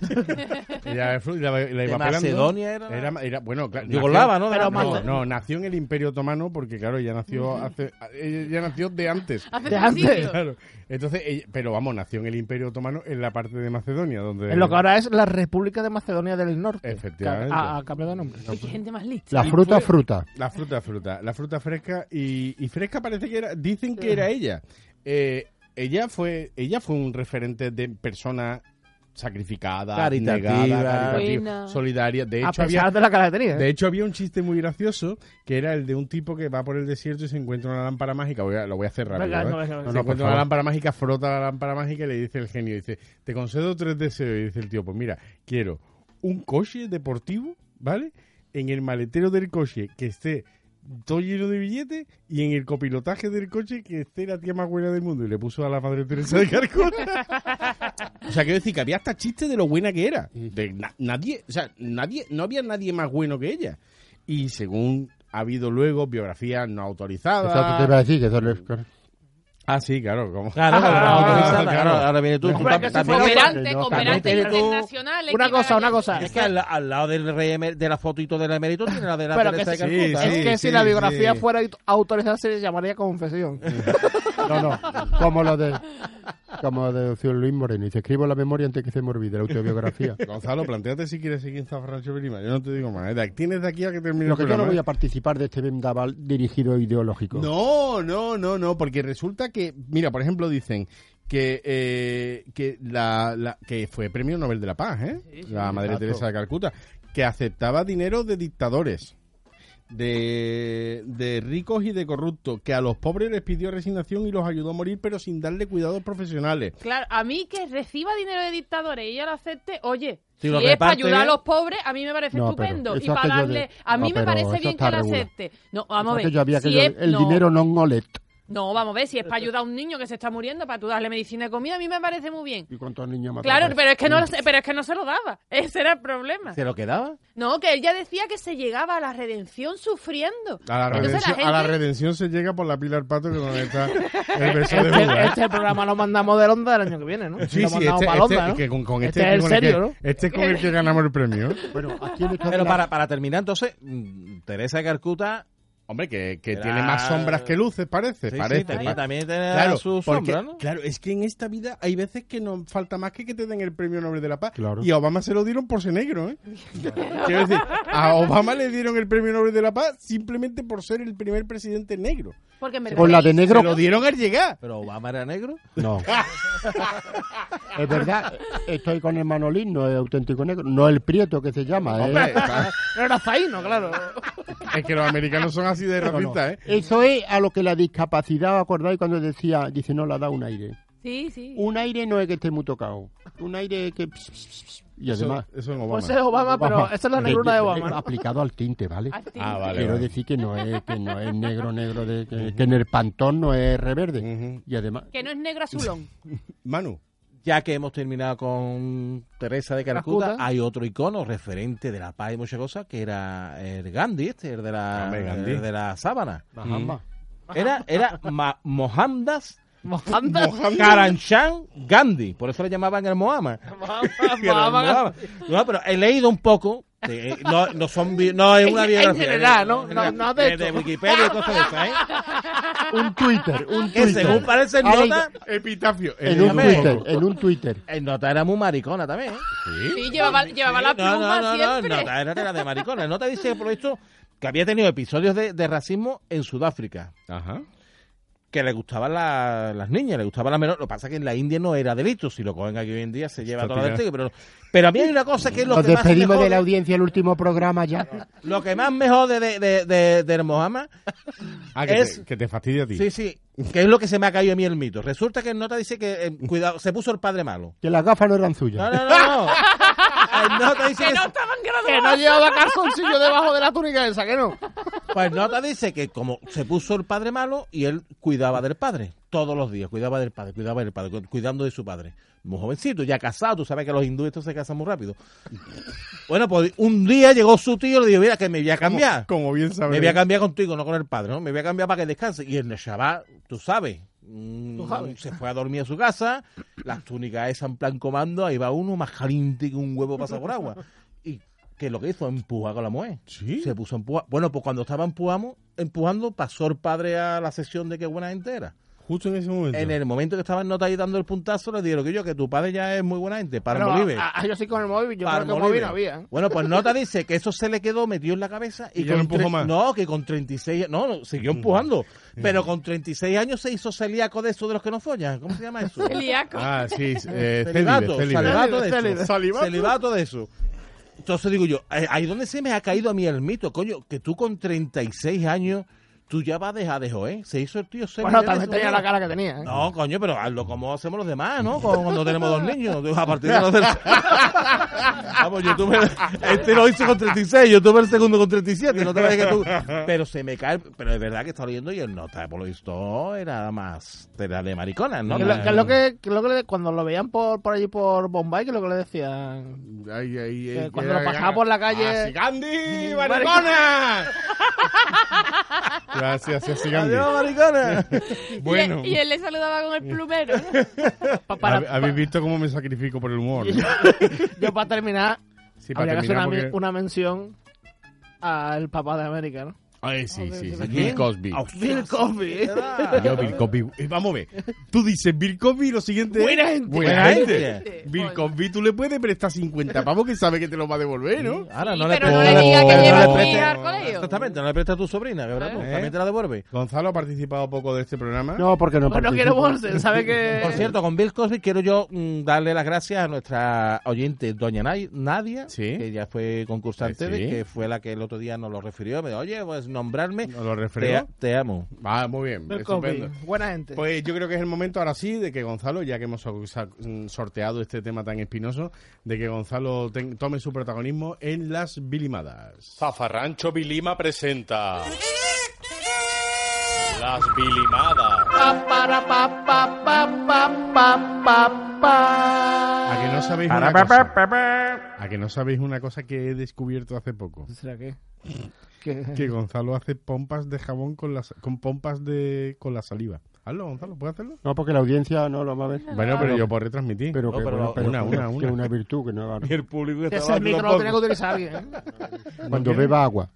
Ella, fru- la, la iba pelando. Macedonia era la- Era, era- bueno, claro. Yugoslava, ¿no? nació- Pero No, Mace- no, nació en el Imperio Otomano porque, claro, ella nació hace, ella ya nació de antes. Hace De antes. suicidio. Claro. Entonces, ella- pero vamos, nació en el Imperio Otomano en la parte de Macedonia, donde En lo que ahora es la República de Macedonia del Norte. Efectivamente. pues, Que Ha, ha cambiado de nombre. Qué gente más lista. La Y fruta, fue- fruta. La fruta, fruta. La fruta fresca y, y fresca parece que era. Dicen que era ella. Eh, ella fue, ella fue un referente de persona sacrificada, Caritativa. abnegada, caritativa, Buena. solidaria. De a hecho, pesar había, de la cara que tenía. ¿eh? de hecho, había un chiste muy gracioso que era el de un tipo que va por el desierto y se encuentra una lámpara mágica. Voy a- lo voy a hacer rápido. Venga, ¿eh? venga, venga, venga. Se No, no, encuentra una lámpara mágica, frota la lámpara mágica y le dice el genio, dice, te concedo tres deseos. Y dice el tío, pues mira, quiero un coche deportivo, ¿vale? En el maletero del coche que esté todo lleno de billetes y en el copilotaje del coche que esté la tía más buena del mundo. Y le puso a la madre Teresa de Calcuta. [laughs] o sea, quiero decir que había hasta chiste de lo buena que era. De na- nadie, o sea, nadie, no había nadie más bueno que ella. Y según ha habido luego biografías no autorizadas. Eso te iba a decir, que eso es- Ah, sí, claro. como- Claro, claro, Ah, autorizada, claro. claro, ahora viene tú. Hombre, Tú que tam- se también- fue- Cooperante, no, no, cooperante también tú- internacional. Una cosa, una cosa. Es que al, al lado del rey emer- de la fotito del emérito tiene la de la Pero Teresa que de sí, Calcuta. ¿eh? es que sí, si la biografía sí. fuera aut- autorizada se le llamaría confesión. No, no, como lo de como lo de Lucio Luis Moreno. Y te escribo la memoria antes que se me olvide la autobiografía. Gonzalo, planteate si quieres seguir en Zafarrancho Berima. Yo no te digo más. ¿eh? De- Tienes de aquí a que termine Lo el que yo no programa, voy a ¿eh? participar de este vendaval dirigido e ideológico. No, no, no, no, porque resulta que, mira, por ejemplo, dicen que eh, que la, la- que fue premio Nobel de la Paz, ¿eh? la Madre exacto. Teresa de Calcuta, que aceptaba dinero de dictadores, de, de ricos y de corruptos, que a los pobres les pidió resignación y los ayudó a morir, pero sin darle cuidados profesionales. Claro, a mí que reciba dinero de dictadores y ella lo acepte, oye, Si si, lo es para reparte ayudar a bien. los pobres, a mí me parece No, pero estupendo. Y eso para aquello darle, de- a mí no, me pero parece eso bien está que la regular. acepte. No, vamos a ver. Aquello había si aquello, es- el no, dinero no olet. no, vamos a ver, si es para ayudar a un niño que se está muriendo, para tú darle medicina y comida, a mí me parece muy bien. ¿Y cuántos niños mataron? Mm. Claro, pero es que no, lo sé- pero es que no se lo daba. Ese era el problema. ¿Se lo quedaba? No, que ella decía que se llegaba a la redención sufriendo. A la, Entonces, redención, la a la gente- redención se llega por la Pilar Pato, que donde [laughs] está el beso de Este, Buda. este programa lo mandamos de onda del año que viene, ¿no? Sí, lo sí, mandamos este, para Onda, este- ¿no? que con, con Este este, es con el el que- serio, ¿no? este es con el que ganamos el premio. Bueno, aquí en esta Pero la- para, para terminar, entonces, mm, Teresa de Calcuta. Hombre, que, que Era- tiene más sombras que luces, parece. sí, sí, parece tenía- pa- también tenía Claro, su porque- sombra, ¿no? claro, es que en esta vida hay veces que nos falta más que que te den el premio Nobel de la Paz. Claro. Y a Obama se lo dieron por ser negro, ¿eh? [laughs] Quiero decir, a Obama le dieron el premio Nobel de la Paz simplemente por ser el primer presidente negro. Porque en verdad- Con la de negro. Se lo dieron al llegar. Pero Obama era negro. No. es verdad, estoy con el Manolín, no es auténtico negro, no el Prieto que se llama. ¿eh? Hombre, pa- No era Zaino, [laughs] claro. es que los americanos son así de No, Pues no. racistas, ¿eh? Eso es a lo que la discapacidad, ¿acordáis cuando decía, dice, no, la da un aire? Sí, sí. Un aire no es que esté muy tocado, un aire es que... pss, pss, pss, y Eso- además... Eso, en Obama. Pues es Obama, pero Obama. esa es la negrura de Obama. [laughs] ¿no? Aplicado al tinte, ¿vale? Así. Ah, vale. Quiero vale. decir que no es que no es negro, negro, de, que, que en el pantón no es reverde. Ujú. Y además... Que no es negro azulón. Manu. Ya que hemos terminado con Teresa de Calcuta, Calcuta. hay otro icono referente de la paz y muchas cosas que era el Gandhi, este, el de la, Hombre, Gandhi. el de la sábana. Mahama. Era, era Ma- Mohandas Mohammed. Karanchan Gandhi, por eso le llamaban el Mohammed. Mohammed. No, pero he leído un poco. de- eh, no, no, son bi- no es una En- en biografía. general, ¿no? No- no de de, esto. de Wikipedia y cosas de esas, ¿eh? Un Twitter, un Que Twitter. según parece en Ha leído- nota, [laughs] Epitafio. En un Epitafio. Twitter, en un Twitter. en nota era muy maricona también. ¿eh? Sí, llevaba, llevaba Sí, la pluma no, siempre. nota era de la de maricona. Nota dice, por esto, que había tenido episodios de, de racismo en Sudáfrica. Ajá. Que le gustaban la- las niñas, le gustaban las menores. Lo que pasa es que en la India no era delito. Si lo cogen aquí hoy en día, se lleva Está toda la tirado. testigo. Pero, pero a mí hay una cosa que es lo Nos que más me despedimos de jode. la audiencia el último programa ya. Lo que más me jode de, de, de, de Mohammed, Ah, que, Es- te, que te fastidia a ti. sí, sí, que es lo que se me ha caído a mí el mito. Resulta que en nota dice que, eh, cuidado, se puso el padre malo. Que las gafas no eran No, suyas. no, no, no. En nota dice [laughs] Que que, no estaban Que graduados. no llevaba calzoncillo debajo de la túnica esa, que no. pues nota dice que como se puso el padre malo y él cuidaba del padre todos los días, cuidaba del padre, cuidaba del padre, cu- cuidando de su padre. Muy jovencito, ya casado, tú sabes que los hindúes estos se casan muy rápido. Bueno, pues un día llegó su tío y le dijo, mira, que me voy a cambiar. Como bien sabes. Me voy a cambiar contigo, no con el padre, ¿no? Me voy a cambiar para que descanse. Y el chaval, tú sabes, mm, Tú sabes. se fue a dormir a su casa, las túnicas esas en plan comando, ahí va uno más caliente que un huevo pasado por agua. Y que lo que hizo, empuja con la mujer. Sí. Se puso a empujar. Bueno, pues cuando estaba empujando, empujando, pasó el padre a la sesión de qué buena gente era. Justo en ese momento. En el momento que estaban nota ahí dando el puntazo, le dijeron que yo, que tu padre ya es muy buena gente, para Pero Molive. a- a- ah, yo sí con el móvil, yo creo que Palmolive. móvil no había. ¿eh? Bueno, pues Nota dice que eso se le quedó metido en la cabeza y, Y ya no empujó tre- más. No, que con 36 no, no, siguió empujando, pero con 36 años se hizo celíaco de eso de los que no follan, ¿cómo se llama [laughs] eso? Celíaco. Ah, sí. Eh, celibato, célibe, célibe. celibato de Célibe, eso. celibato. Celibato de eso. Entonces digo yo, eh, ahí donde se me ha caído a mí el mito, coño, que tú con 36 años tú ya vas a dejar de joder, se hizo el tío célibe Bueno, de también eso, tenía coño. la cara que tenía. ¿eh? No, coño, pero hazlo como hacemos los demás, ¿no? Como Cuando tenemos dos niños, a partir de los del... Vamos, YouTube. Este lo hizo con 36, YouTube el segundo con 37. No te vayas que tú. Pero se me cae. Pero es verdad que está leyendo y el nota, por lo visto, era más. Era de mariconas, ¿no? Que lo- que es lo que, que es lo que le- cuando lo veían por, por allí por Bombay, que es lo que le decían. Ay, ay, ay, Que que Eh, cuando era- lo pasaba por la calle- Mm, ¡Ah, Sigandi! ¡Maricona! Gracias, a Sigandi. Adiós, mariconas. Bueno, Y, él, y él le saludaba con el [laughs] plumero. pa- para- [laughs] hab- habéis visto cómo me sacrifico por el humor. ¿no? yo para terminar, Sí, para habría que hacer terminar, una, men- porque- una mención al papá de América, ¿no? Ay, sí, sí, sí. Bill Cosby. Phil Coffee. Yo, Bill Cosby. eh, vamos a ver. Tú dices Bill Cosby y lo siguiente. es- Buena gente. Buena gente. Sí, Bill coño. Cosby, tú le puedes prestar 50 pavos que sabe que te lo va a devolver, ¿no? Ahora Sí, no le pero no prestes- le digas que Oh. No lleva le tu hija prestes- al colegio. Exactamente, no le prestas a tu sobrina, que verdad, Claro. tú también te la devuelve. Gonzalo ha participado poco de este programa. No, porque no Pues no participo. quiero bolsa, ¿sabes que Por cierto, con Bill Cosby quiero yo mm, darle las gracias a nuestra oyente, doña Nay- Nadia, Sí. que ya fue concursante, Eh, sí. de, que fue la que el otro día nos lo refirió. Me dijo, oye, pues nombrarme. ¿No lo Te, refrego? te amo. Ah, muy bien. Bill Estupendo. Cosby, buena gente. Pues yo creo que es el momento ahora sí de que Gonzalo, ya que hemos so- sa- mm, sorteado este tema tan espinoso, de que Gonzalo ten- tome su protagonismo en las bilimadas. Zafarrancho Vilima presenta Las Vilimadas. Pa, para, pa, pa, pa, pa, pa, pa, pa. A que no sabéis una cosa. A que no sabéis una cosa que he descubierto hace poco. ¿Será qué? ¿Qué? Que Gonzalo hace pompas de jabón con las con pompas de con la saliva. Hazlo, Gonzalo, ¿puedes hacerlo? No, porque la audiencia no lo va a ver. Bueno, pero yo puedo retransmitir. Pero que No, pero bueno, pero una, que- una, que una. una virtud que no va a- el público Ese micro lo tenía que utilizar alguien. ¿eh? Cuando beba agua.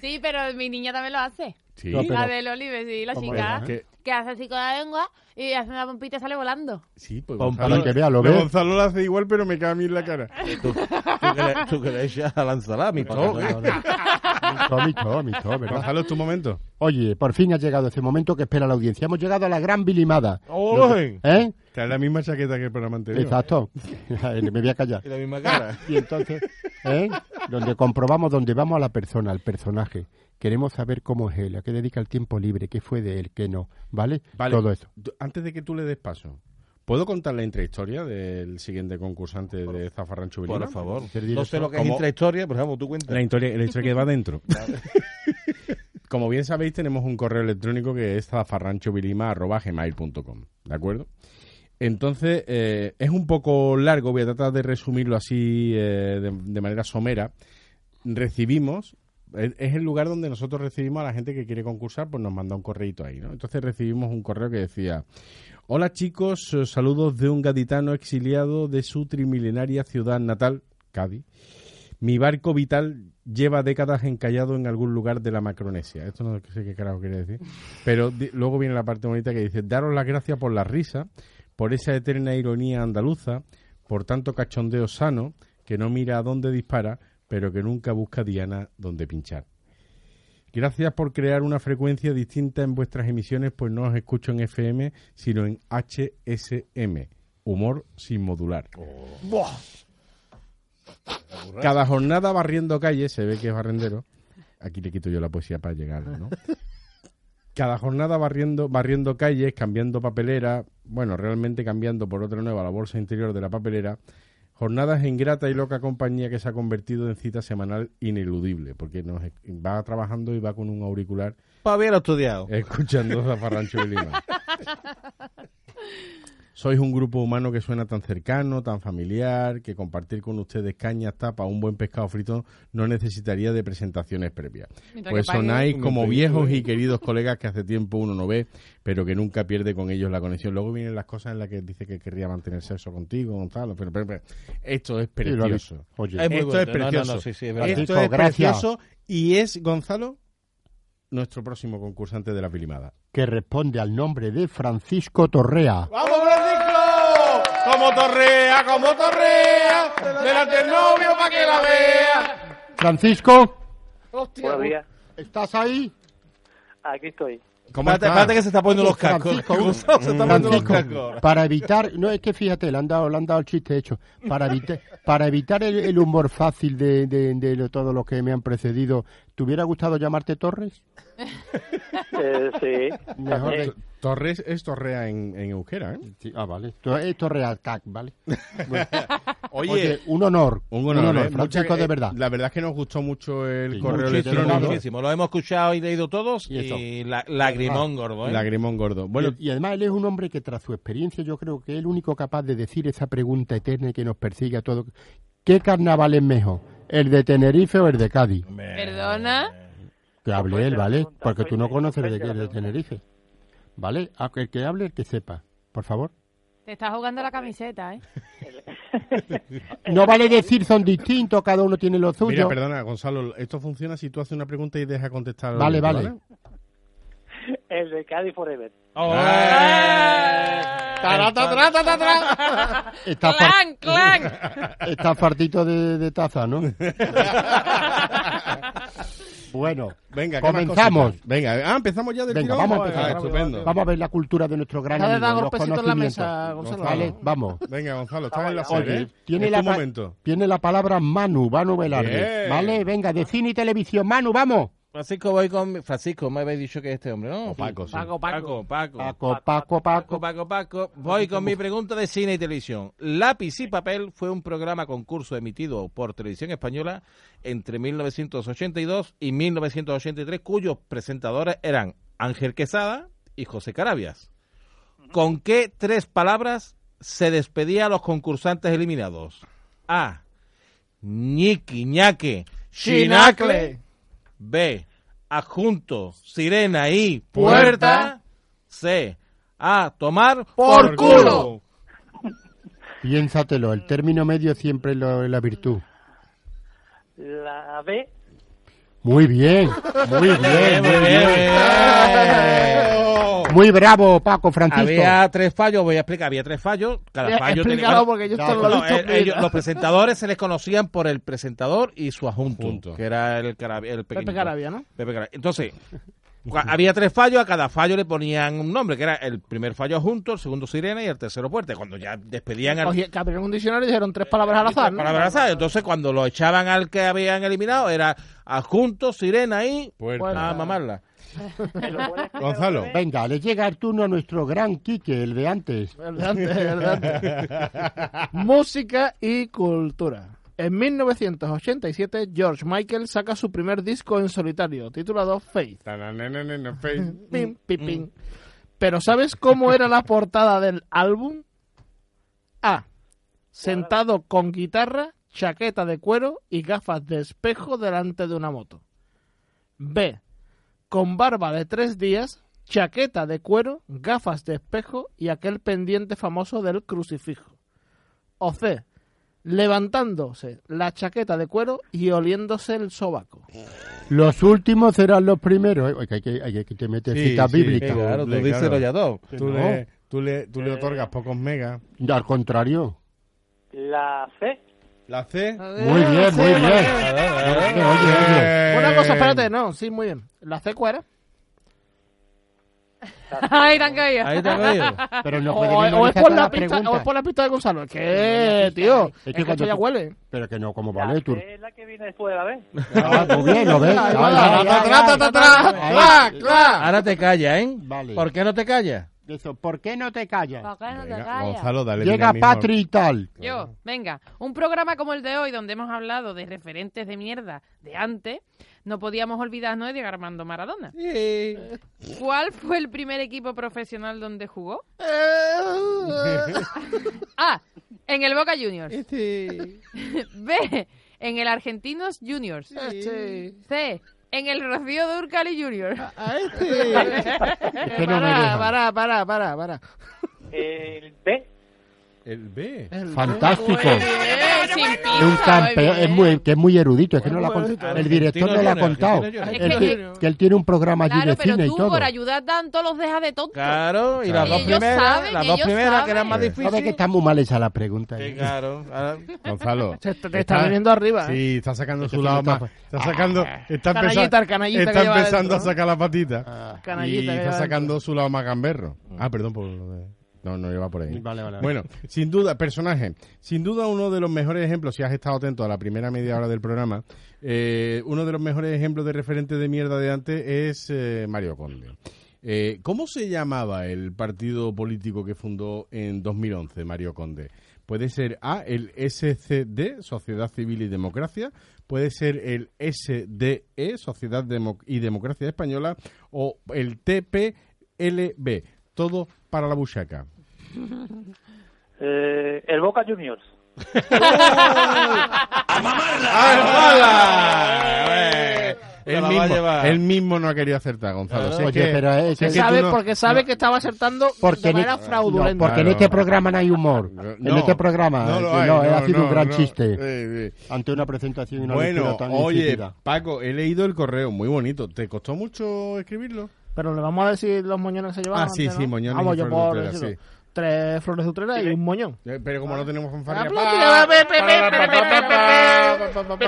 Sí, pero mi niña también lo hace. Sí. pues, No, pero- La del Olive, sí, la Hombre, chica. que- Que hace así con la lengua y hace una pompita y sale volando. Sí, pues Pompa, Gonzalo, para que vea, lo pero ve. Gonzalo lo hace igual, pero me cae a mí en la cara. Tú, tú que le, tú que le echas a la ensalada, mi toque. Mito, mito, mito, [laughs] ¿verdad? Gonzalo, es tu momento. Oye, por fin ha llegado ese momento que espera la audiencia. Hemos llegado a la gran bilimada. ¡Uy! ¿Eh? Trae la misma chaqueta que el programa anterior. Exacto. [laughs] Me voy a callar. Y [laughs] la misma cara. Y entonces, ¿eh? donde comprobamos, donde vamos a la persona, al personaje. Queremos saber cómo es él, a qué dedica el tiempo libre, qué fue de él, qué no. ¿Vale? Vale. Todo eso. Tú- Antes de que tú le des paso, ¿puedo contar la intrahistoria del siguiente concursante de Zafarrancho Vilima? Por favor. Ser directo. No sé lo que es Como- intrahistoria, pero vamos, tú cuentas. La historia, la historia que va dentro. [laughs] Como bien sabéis, tenemos un correo electrónico que es zafarranchovilima.com. ¿De acuerdo? Entonces, eh, es un poco largo, voy a tratar de resumirlo así eh, de, de manera somera. Recibimos, es es el lugar donde nosotros recibimos a la gente que quiere concursar, pues nos manda un correito ahí, ¿no? Entonces recibimos un correo que decía, Hola chicos, eh, saludos de un gaditano exiliado de su trimilenaria ciudad natal, Cádiz. Mi barco vital lleva décadas encallado en algún lugar de la Macronesia. Esto no sé qué carajo quiere decir. Pero di- luego viene la parte bonita que dice, daros las gracias por la risa, por esa eterna ironía andaluza, por tanto cachondeo sano, que no mira a dónde dispara, pero que nunca busca diana donde pinchar. Gracias por crear una frecuencia distinta en vuestras emisiones, pues no os escucho en FM, sino en HSM, humor sin modular. Cada jornada barriendo calles, se ve que es barrendero. Aquí le quito yo la poesía para llegar, ¿no? Cada jornada barriendo, barriendo calles, cambiando papelera, bueno, realmente cambiando por otra nueva la bolsa interior de la papelera. Jornadas en grata y loca compañía que se ha convertido en cita semanal ineludible, porque nos es- va trabajando y va con un auricular Para haberlo Eh, estudiado. Escuchando Zafarrancho y Lima. Sois un grupo humano que suena tan cercano, tan familiar, que compartir con ustedes cañas, tapas, un buen pescado frito no necesitaría de presentaciones previas. Mientras Pues que pague. sonáis como viejos ¿eh? y queridos colegas que hace tiempo uno no ve, pero que nunca pierde con ellos la conexión. Luego vienen las cosas en las que dice que querría mantener sexo contigo, Gonzalo, pero, pero- pero esto es Sí, lo ha visto. precioso. Oye, Es muy Esto bueno. es No, no, no, precioso. sí, sí, es verdad. Esto Francisco, es gracias. precioso y es, Gonzalo, nuestro próximo concursante de la pilimada. que responde al nombre de Francisco Torrea. ¡Vamos, Francisco! Como torrea, como torrea, delante del novio para que la vea. Francisco, Buenos días, ¿estás ahí? aquí estoy. ¿Cómo Espérate, espérate que se está poniendo los cascos. Francisco, Gonzalo [laughs] se está poniendo los Francisco, cascos. para evitar, no es que fíjate, le han dado, le han dado el chiste hecho, para evitar, para evitar el, el humor fácil de, de, de lo- todos los que me han precedido, ¿te hubiera gustado llamarte Torres? Eh, sí, Mejor Eh, de- Torres es Torrea en, en euskera, ¿eh? [laughs] Sí, ah, vale. Esto, esto es real cac, ¿vale? Bueno, Oye, un honor. Un honor, ¿eh? Francisco, Muchas- de eh, verdad. La verdad es que nos gustó mucho el Sí, correo muchísimo, electrónico. Muchísimo. Lo hemos escuchado y leído todos Y eso. y, la, lagrimón Ah, gordo, ¿eh? Lagrimón gordo. Bueno, y, y además él es un hombre que tras su experiencia yo creo que es el único capaz de decir esa pregunta eterna y que nos persigue a todos. ¿Qué carnaval es mejor? ¿El de Tenerife o el de Cádiz? Perdona. Que Pues hable él, la ¿vale? pregunta, Porque tú pues no la- conoces el de, pues la el de pregunta. Tenerife. ¿Vale? A- El que hable, el que sepa. Por favor. Te estás jugando la camiseta, ¿eh? Eh, No vale decir son distintos, cada uno tiene lo suyo. mira, perdona, Gonzalo, esto funciona si tú haces una pregunta y dejas contestar. al Vale, oyente, vale. El de Cádiz Forever. Eh. ¡Eh! Tarata, tarata, tarata. Está, far- ¡Clan, clan! está fartito de, de taza, [laughs] ¿no? bueno, [laughs] Venga, ¿qué más comenzamos. cositas? Venga, ah, empezamos ya del Venga, tirón. vamos a empezar. Ah, estupendo. Vamos a ver la cultura de nuestro gran Deja de amigo, dar los golpecitos en la conocimientos. mesa, Gonzalo. Vale, vamos. Venga, Gonzalo, estamos en la Oye, serie. ¿eh? tiene, Es la tu pa- momento. tiene la palabra Manu, Manu Velarde. Bien. Vale, venga, de cine y televisión. Manu, vamos. Francisco, voy con... Francisco, me habéis dicho que es este hombre, ¿no? O Paco, sí. Paco, Paco. Paco, Paco. Paco, Paco, Paco, Paco. Paco, Paco. Voy con mi pregunta de cine y televisión. Lápiz y papel fue un programa concurso emitido por Televisión Española entre 1982 y 1983, cuyos presentadores eran Ángel Quesada y José Carabias. ¿Con qué tres palabras se despedía a los concursantes eliminados? A. Ñiqui, ñaque, chinacle. B. Adjunto, sirena y puerta. C. A. Tomar Por culo. Piénsatelo, el término medio siempre es lo- la virtud. La B. Muy bien, muy bien, Muy bien, muy bien. bien. Muy bravo, Paco Francisco. Había tres fallos, voy a explicar, había tres fallos. Cada fallo Explícalo porque yo esto lo No, No, he visto. eh, ellos- mil- los presentadores se les conocían por el presentador y su adjunto, Junto. que era el, Carabia, el pequeñito. Pepe Carabia, ¿no? Pepe Carabia. Entonces, cua- había tres fallos, a cada fallo le ponían un nombre, que era el primer fallo adjunto, el segundo sirena y el tercero puerta. Cuando ya despedían al... Oye, que abrieron un diccionario y dijeron tres palabras al azar. ¿no? Pues, Para abrazar. Entonces, cuando lo echaban al que habían eliminado, era adjunto, sirena y... Puerta. A Ah, mamarla. Pero bueno, es que Gonzalo. la B- Venga, le llega el turno a nuestro gran Quique, el de antes. El de antes, el de antes. Música y cultura. En 1987, George Michael saca su primer disco en solitario, titulado Faith. Tananenenene, fe- Pim, pim, pim. Mm, Pero ¿sabes cómo era la portada del álbum? A. Sentado con guitarra, chaqueta de cuero y gafas de espejo delante de una moto. B. Con barba de tres días, chaqueta de cuero, gafas de espejo y aquel pendiente famoso del crucifijo. O C. Levantándose la chaqueta de cuero y oliéndose el sobaco. Los últimos serán los primeros. ¿eh? Oye, que Hay que, hay que te meter Sí, citas sí, bíblicas. venga. Claro, tú Claro. díselo ya dos. Tú, No. le, tú, le, Eh. tú le otorgas pocos megas. Al contrario. La C. La C. Eh, Muy bien, muy bien. Oye, oye, Eh. Una cosa, espérate, no, sí, muy bien. ¿La C cuál era? ¡Ay, tan caído! Ahí te lo digo. Pero no O, puede o- o es memorizar por todas la las pista, o es preguntas. por la pista de Gonzalo. Es que, tío, que es que cuando esto ya tú- huele. Pero que no, como La vale tú. C es la que viene después de la B. Ah, muy bien, lo ves. Ahí Ay, va, ay, ay, atrás, ay. atrás, atrás, Ahí. atrás, atrás. Ahora te calla, ¿eh? Vale. ¿Por qué no te callas? Eso, ¿Por qué no te callas? ¿Por qué Pues no te Venga, callas? Gonzalo, dale Llega dinamismo. Patri y tal. Yo, venga, un programa como el de hoy, donde hemos hablado de referentes de mierda de antes, no podíamos olvidarnos de Diego Armando Maradona. ¿Cuál fue el primer equipo profesional donde jugó? A. En el Boca Juniors. B. En el Argentinos Juniors. Este- C. En el Rocío Durcali Juniors. a este. que no me dejan. Pará, pará, pará, pará, pará. El B. El B. El- Fantástico. Eh, sin Es un pizza, campeón, muy es bien. muy, que es muy erudito, es que no lo ha Bueno, contado. bueno, El director no lo ha Argentino contado. Junior, Argentino Él ti- Junior. que él tiene un programa allí Claro, de pero cine y tú todo. por ayudar tanto los dejas de tonto. Claro, y Claro. las dos Ellos primeras, saben, las dos ellos primeras que saben. eran más Sabes que difíciles. está muy mal esa la pregunta. Sí, ¿eh? claro. Ahora- Gonzalo. [laughs] Se te, te está viniendo arriba. ¿eh? Ah. Sí, está sacando Este su tío lado está- más. Está sacando. Está, empeza- Canallita, el canallita está que lleva empezando dentro, a ¿no? sacar la patita. Ah, Canallita y que está lleva sacando su lado más gamberro. Ah, perdón por lo de- No, no lleva por ahí. Vale, vale. Bueno, sin duda, personaje. Sin duda, uno de los mejores ejemplos, si has estado atento a la primera media hora del programa, eh, uno de los mejores ejemplos de referente de mierda de antes es eh, Mario Conde. Eh, ¿Cómo se llamaba el partido político que fundó en 2011 Mario Conde? Puede ser A, el SCD, Sociedad Civil y Democracia. Puede ser el SDE, Sociedad Demo- y Democracia Española. O el TPLB, todo para la buchaca. Eh, el Boca Juniors. Te El la va a mismo, llevar. él mismo no ha querido acertar, Gonzalo. Si es Oye, que- pero es- si es que Sabe, tú no- porque sabe que estaba acertando Porque de en, manera este- no, fraudulenta. porque en Claro. este programa no hay humor. en no, este programa no lo eh, hay, no, no, ha sido no, un gran no. chiste. Eh, eh. Ante una presentación y una Bueno, lectura tan oye, insípida. Paco, he leído el correo, muy bonito. ¿Te costó mucho escribirlo? Pero le vamos a decir los moñones que se llevaban. Ah, sí, antes, sí, ¿no? moñones Vamos, y yo flores puedo de Utrera, decirlo. Tres flores de Utrera y un moñón. Eh, Pero como no tenemos fanfarria... Ah, pa, pero- pa, pa, pa, pa, pa, pa, pa, pa, pa,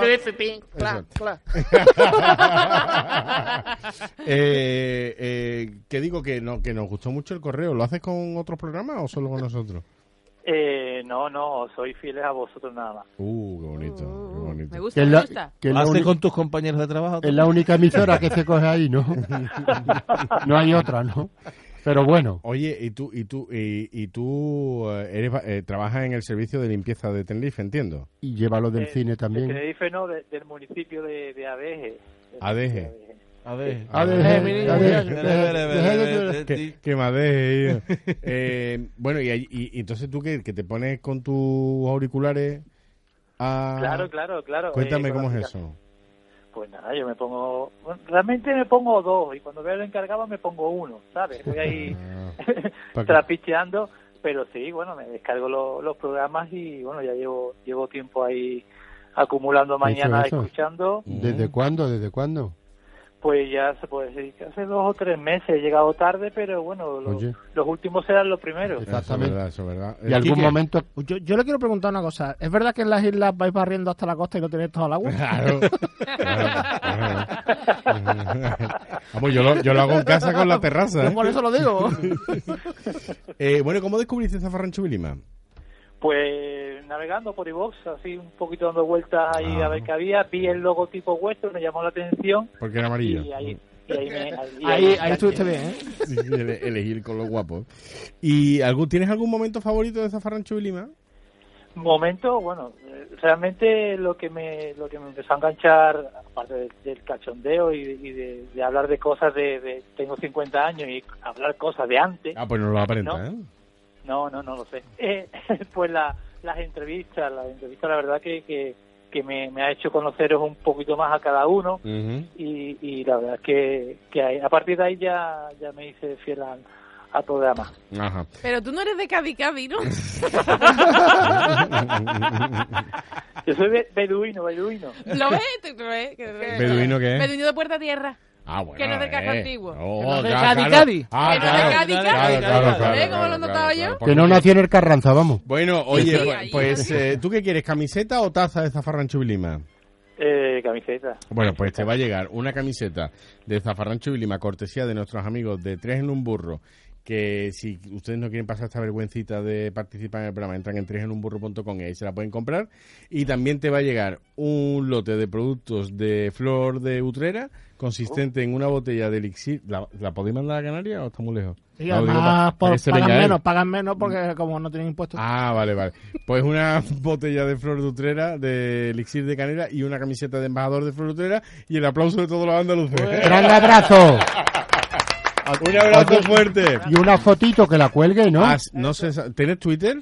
pa. Cla, cla. [laughs] Eh, eh, que digo que no, que nos gustó mucho el correo. ¿Lo haces con otros programas o solo con nosotros? Eh, no, no, soy fieles a vosotros nada más. Uh, qué bonito, qué bonito. Me Que gusta, es me la, gusta. que es ¿Lo la haces única- con tus compañeros de trabajo? es la única emisora que se coge ahí, ¿no? no hay otra, ¿no? Pero bueno, Oye, y tú, y tú, y, y tú eh, eres, va- eh, trabajas en el servicio de limpieza de Tenerife, entiendo. y lleva lo del Eh, cine De también. Tenerife, no, de- del municipio de, de Adeje. Del Adeje. municipio de A ver. A ver, Eh, eh, mira, a ver, mira, eh, eh, eh, Que, que me deje, yo. Eh, bueno, y, ahí- y- y entonces tú que, que te pones con tus auriculares a... Claro, claro, claro. eh, Cuéntame con cómo la es aplica- eso. Pues nada, yo me pongo... bueno, Realmente me pongo dos y cuando veo el encargado me pongo uno, ¿sabes? Voy [laughs] ahí Ah, pa' que- trapicheando, pero sí, bueno, me descargo lo- los programas y bueno, ya llevo llevo tiempo ahí acumulando mañana eso. escuchando, ¿Desde cuándo? ¿Desde cuándo? pues ya se puede decir que hace dos o tres meses he llegado tarde, pero bueno, lo- Oye. los últimos serán los primeros. Eso Exacto. es verdad, eso es verdad. Eh, ¿Y algún Quique, momento? Pues Yo, yo le quiero preguntar una cosa. ¿Es verdad que en las islas vais barriendo hasta la costa y no tenéis todo el agua? Claro. claro, claro. Vamos, yo lo, yo lo hago en casa con la terraza. Yo ¿eh? por eso lo digo. Eh, bueno, ¿cómo descubriste Zafarrancho Vilima? Pues navegando por iVox, así un poquito dando vueltas ahí Ah. a ver qué había, vi el logotipo vuestro, me llamó la atención Porque era amarillo. y ahí... y ahí me- ahí- [laughs] ahí, ahí estuviste bien, ¿eh? Sí, sí, ele- elegir con los guapos. ¿Y algún, tienes algún momento favorito de Zafarrancho Vilima? momento, bueno, eh, realmente lo que me lo que me empezó a enganchar, aparte de- del cachondeo y, de- y de, de hablar de cosas de, de- tengo 50 años y hablar cosas de antes, Ah, pues no lo aparenta, ¿eh? no, no, no lo sé. [laughs] Eh, pues la- las entrevistas, las entrevistas, la verdad que, que, que me, me ha hecho conoceros un poquito más a cada uno Ujú. y, y la verdad es que, que ahí- a partir de ahí ya, ya me hice fiel al, al programa. Ajá. Pero tú no eres de Cabi Cabi, ¿no? Yo soy be- beduino, beduino. ¿Lo ves? ¿Tú lo ves? Que- ¿Beduino qué es? Beduino de Puerta Tierra. Ah, bueno. Que no es del casco eh. antiguo. Oh, Que no es del claro, Cádiz, claro. Cádiz. Ah, Que no es claro. del Cádiz, Claro, Cádiz, claro, Cádiz. claro, ¿Ves claro, cómo lo claro, he notado claro. yo? Que no nació en el Carranza, vamos. Bueno, oye, sí, pues, ahí. pues, eh, ¿tú qué quieres, camiseta o taza de Zafarrancho Vilima? Eh, camiseta. Bueno, pues te va a llegar una camiseta de Zafarrancho y Lima, cortesía de nuestros amigos de Tres en un Burro. Que si ustedes no quieren pasar esta vergüencita de participar en el programa, entran en tresenunburro.com y ahí se la pueden comprar. Y también te va a llegar un lote de productos de flor de utrera, consistente en una botella de elixir. ¿La, la podéis mandar a Canarias o está muy lejos? ¿eh? Y No, digo, además pa- para que por, se pagan venga él. menos, pagan menos porque como no tienen impuestos. Ah, vale, vale. Pues una [laughs] botella de flor de utrera, de elixir de canela y una camiseta de embajador de flor de utrera y el aplauso de todos los andaluces. Gran abrazo. Un abrazo Oye, fuerte. Y una fotito que la cuelgue, ¿no? Ah, no sé, ¿tienes Twitter?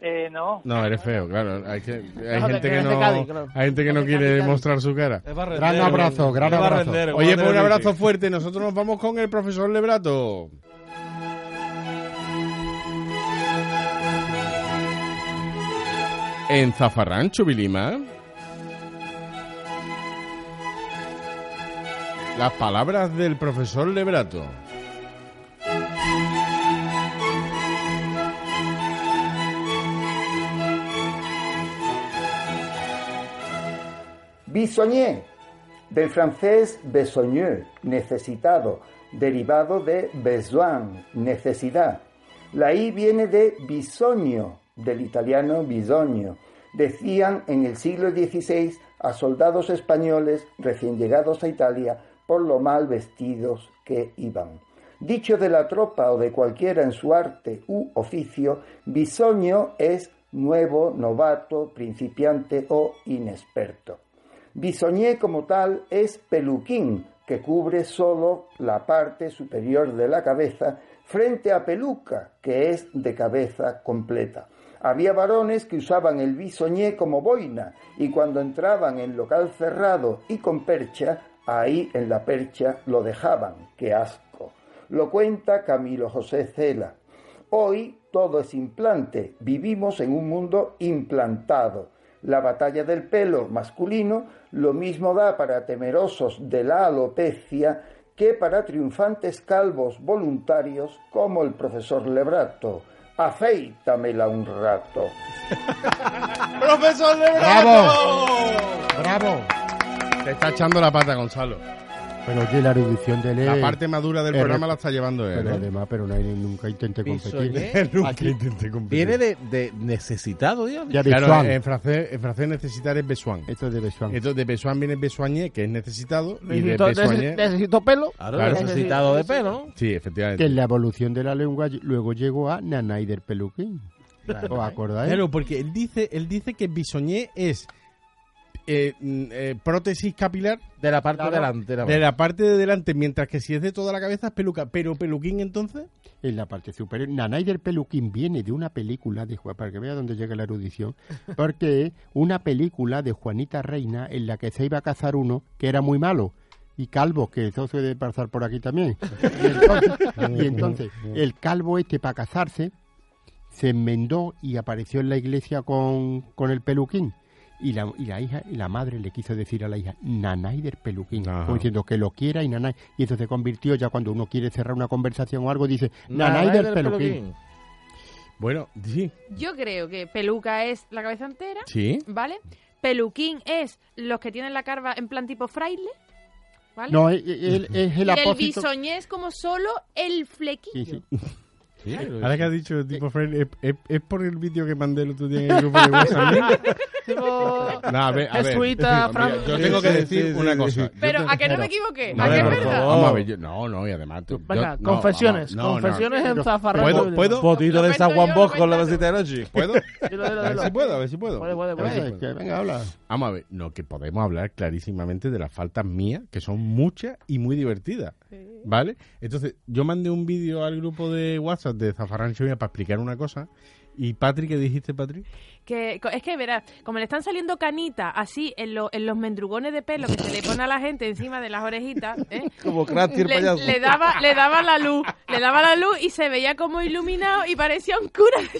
Eh, no, No, eres feo, claro. Hay, que, hay No, de- gente que que eres de no, Cádiz, claro. hay gente que no De quiere Cádiz, Cádiz. mostrar su cara. Gran abrazo, gran abrazo. Oye, pues un abrazo fuerte. Nosotros nos vamos con el profesor Lebrato. En Zafarrancho, Vilima. Las palabras del profesor Lebrato. Bisogné, del francés besogneux, necesitado, derivado de besoin, necesidad. La I viene de bisogno, del italiano bisogno. Decían en el siglo XVI a soldados españoles recién llegados a Italia por lo mal vestidos que iban. Dicho de la tropa o de cualquiera en su arte u oficio, bisogno es nuevo, novato, principiante o inexperto. Bisoñé como tal es peluquín, que cubre solo la parte superior de la cabeza frente a peluca, que es de cabeza completa. Había varones que usaban el bisoñé como boina y cuando entraban en local cerrado y con percha, ahí en la percha lo dejaban. ¡Qué asco! Lo cuenta Camilo José Cela. Hoy todo es implante, vivimos en un mundo implantado. La batalla del pelo masculino lo mismo da para temerosos de la alopecia que para triunfantes calvos voluntarios como el profesor Lebrato. Afeítamela un rato. ¡Profesor de ¡Bravo! ¡Bravo! Te está echando la pata, Gonzalo. Pero oye, la erudición de él La es- parte madura del Eh, programa la está llevando él. Pero ¿eh? además, pero no hay, nunca intenté competir. [laughs] Bisoñé, Nunca aquí intenté competir. Viene de, de necesitado, ya. Ya Claro, Besuán. eh, en francés, en francés necesitar es besoin. Esto es de Besuán. Entonces, de besoin viene besoigné, que es necesitado, y de Necesito, besoigné... neces- necesito pelo. Claro, Claro. necesitado de pelo, ¿no? Sí, Que en efectivamente. la evolución de la lengua ll- luego llegó a Nanay del Peluquín. ¿Os acordáis? Claro, porque él dice, él dice que bisoñé es eh, mm, eh, prótesis capilar De la parte Claro. delantera. de la parte de delante, mientras que si es de toda la cabeza es peluca. Pero peluquín entonces... En la parte superior. Nanay del Peluquín viene de una película de Juan, para que vea dónde llega la erudición, porque es una película de Juanita Reina en la que se iba a cazar uno que era muy malo. Y calvo, que eso suele pasar por aquí también. Y entonces, y entonces, el calvo este para casarse se enmendó y apareció en la iglesia con, con el peluquín. Y la, y la hija, y la madre le quiso decir a la hija, nanay del peluquín, Ajá. como diciendo que lo quiera y nanay. Y eso se convirtió ya cuando uno quiere cerrar una conversación o algo, dice, nanay, del, peluquín. Bueno, sí. Yo creo que peluca es la cabeza entera, Sí. ¿vale? Peluquín es los que tienen la carva en plan tipo fraile, ¿vale? No, es, es- es y el el apósito. bisoñé es como solo el flequillo. Sí, sí. Sí, Ahora que has dicho el tipo friend, ¿es, es, es por el vídeo que mandé el otro día en el [laughs] grupo de WhatsApp? Tipo, No, a ver, a ver. Mira, jesuita, Fran- yo tengo que Sí, sí, decir sí, una sí, cosa. sí. Yo Pero te- a que no me equivoque, No, a que es por verdad. favor. Oh. Vamos a ver, yo- no, no, y además tú- Venga, yo- no, confesiones. vamos, no, no. confesiones en Pero- zafarrancho. ¿Puedo? ¿Puedo? Fotito de Roberto, San Juan yo Bosco en la Roberto. mesita de [laughs] noche. ¿Puedo? Dilo, dilo, A ver dilo. si puedo, a ver si puedo. Puede, puede, A ver si puede. Es que, venga, habla. Vamos a ver, no, que podemos hablar clarísimamente de las faltas mías, que son muchas y muy divertidas. ¿Vale? Entonces, yo mandé un vídeo al grupo de WhatsApp de Zafarrancho Mía para explicar una cosa. ¿Y Patrick, qué dijiste, Patrick? Que, co- es que verás, como le están saliendo canitas así en, lo- en los mendrugones de pelo que se le pone a la gente encima de las orejitas, ¿eh? Como Krusty el le, payaso. le daba, le daba la luz, le daba la luz y se veía como iluminado y parecía un cura de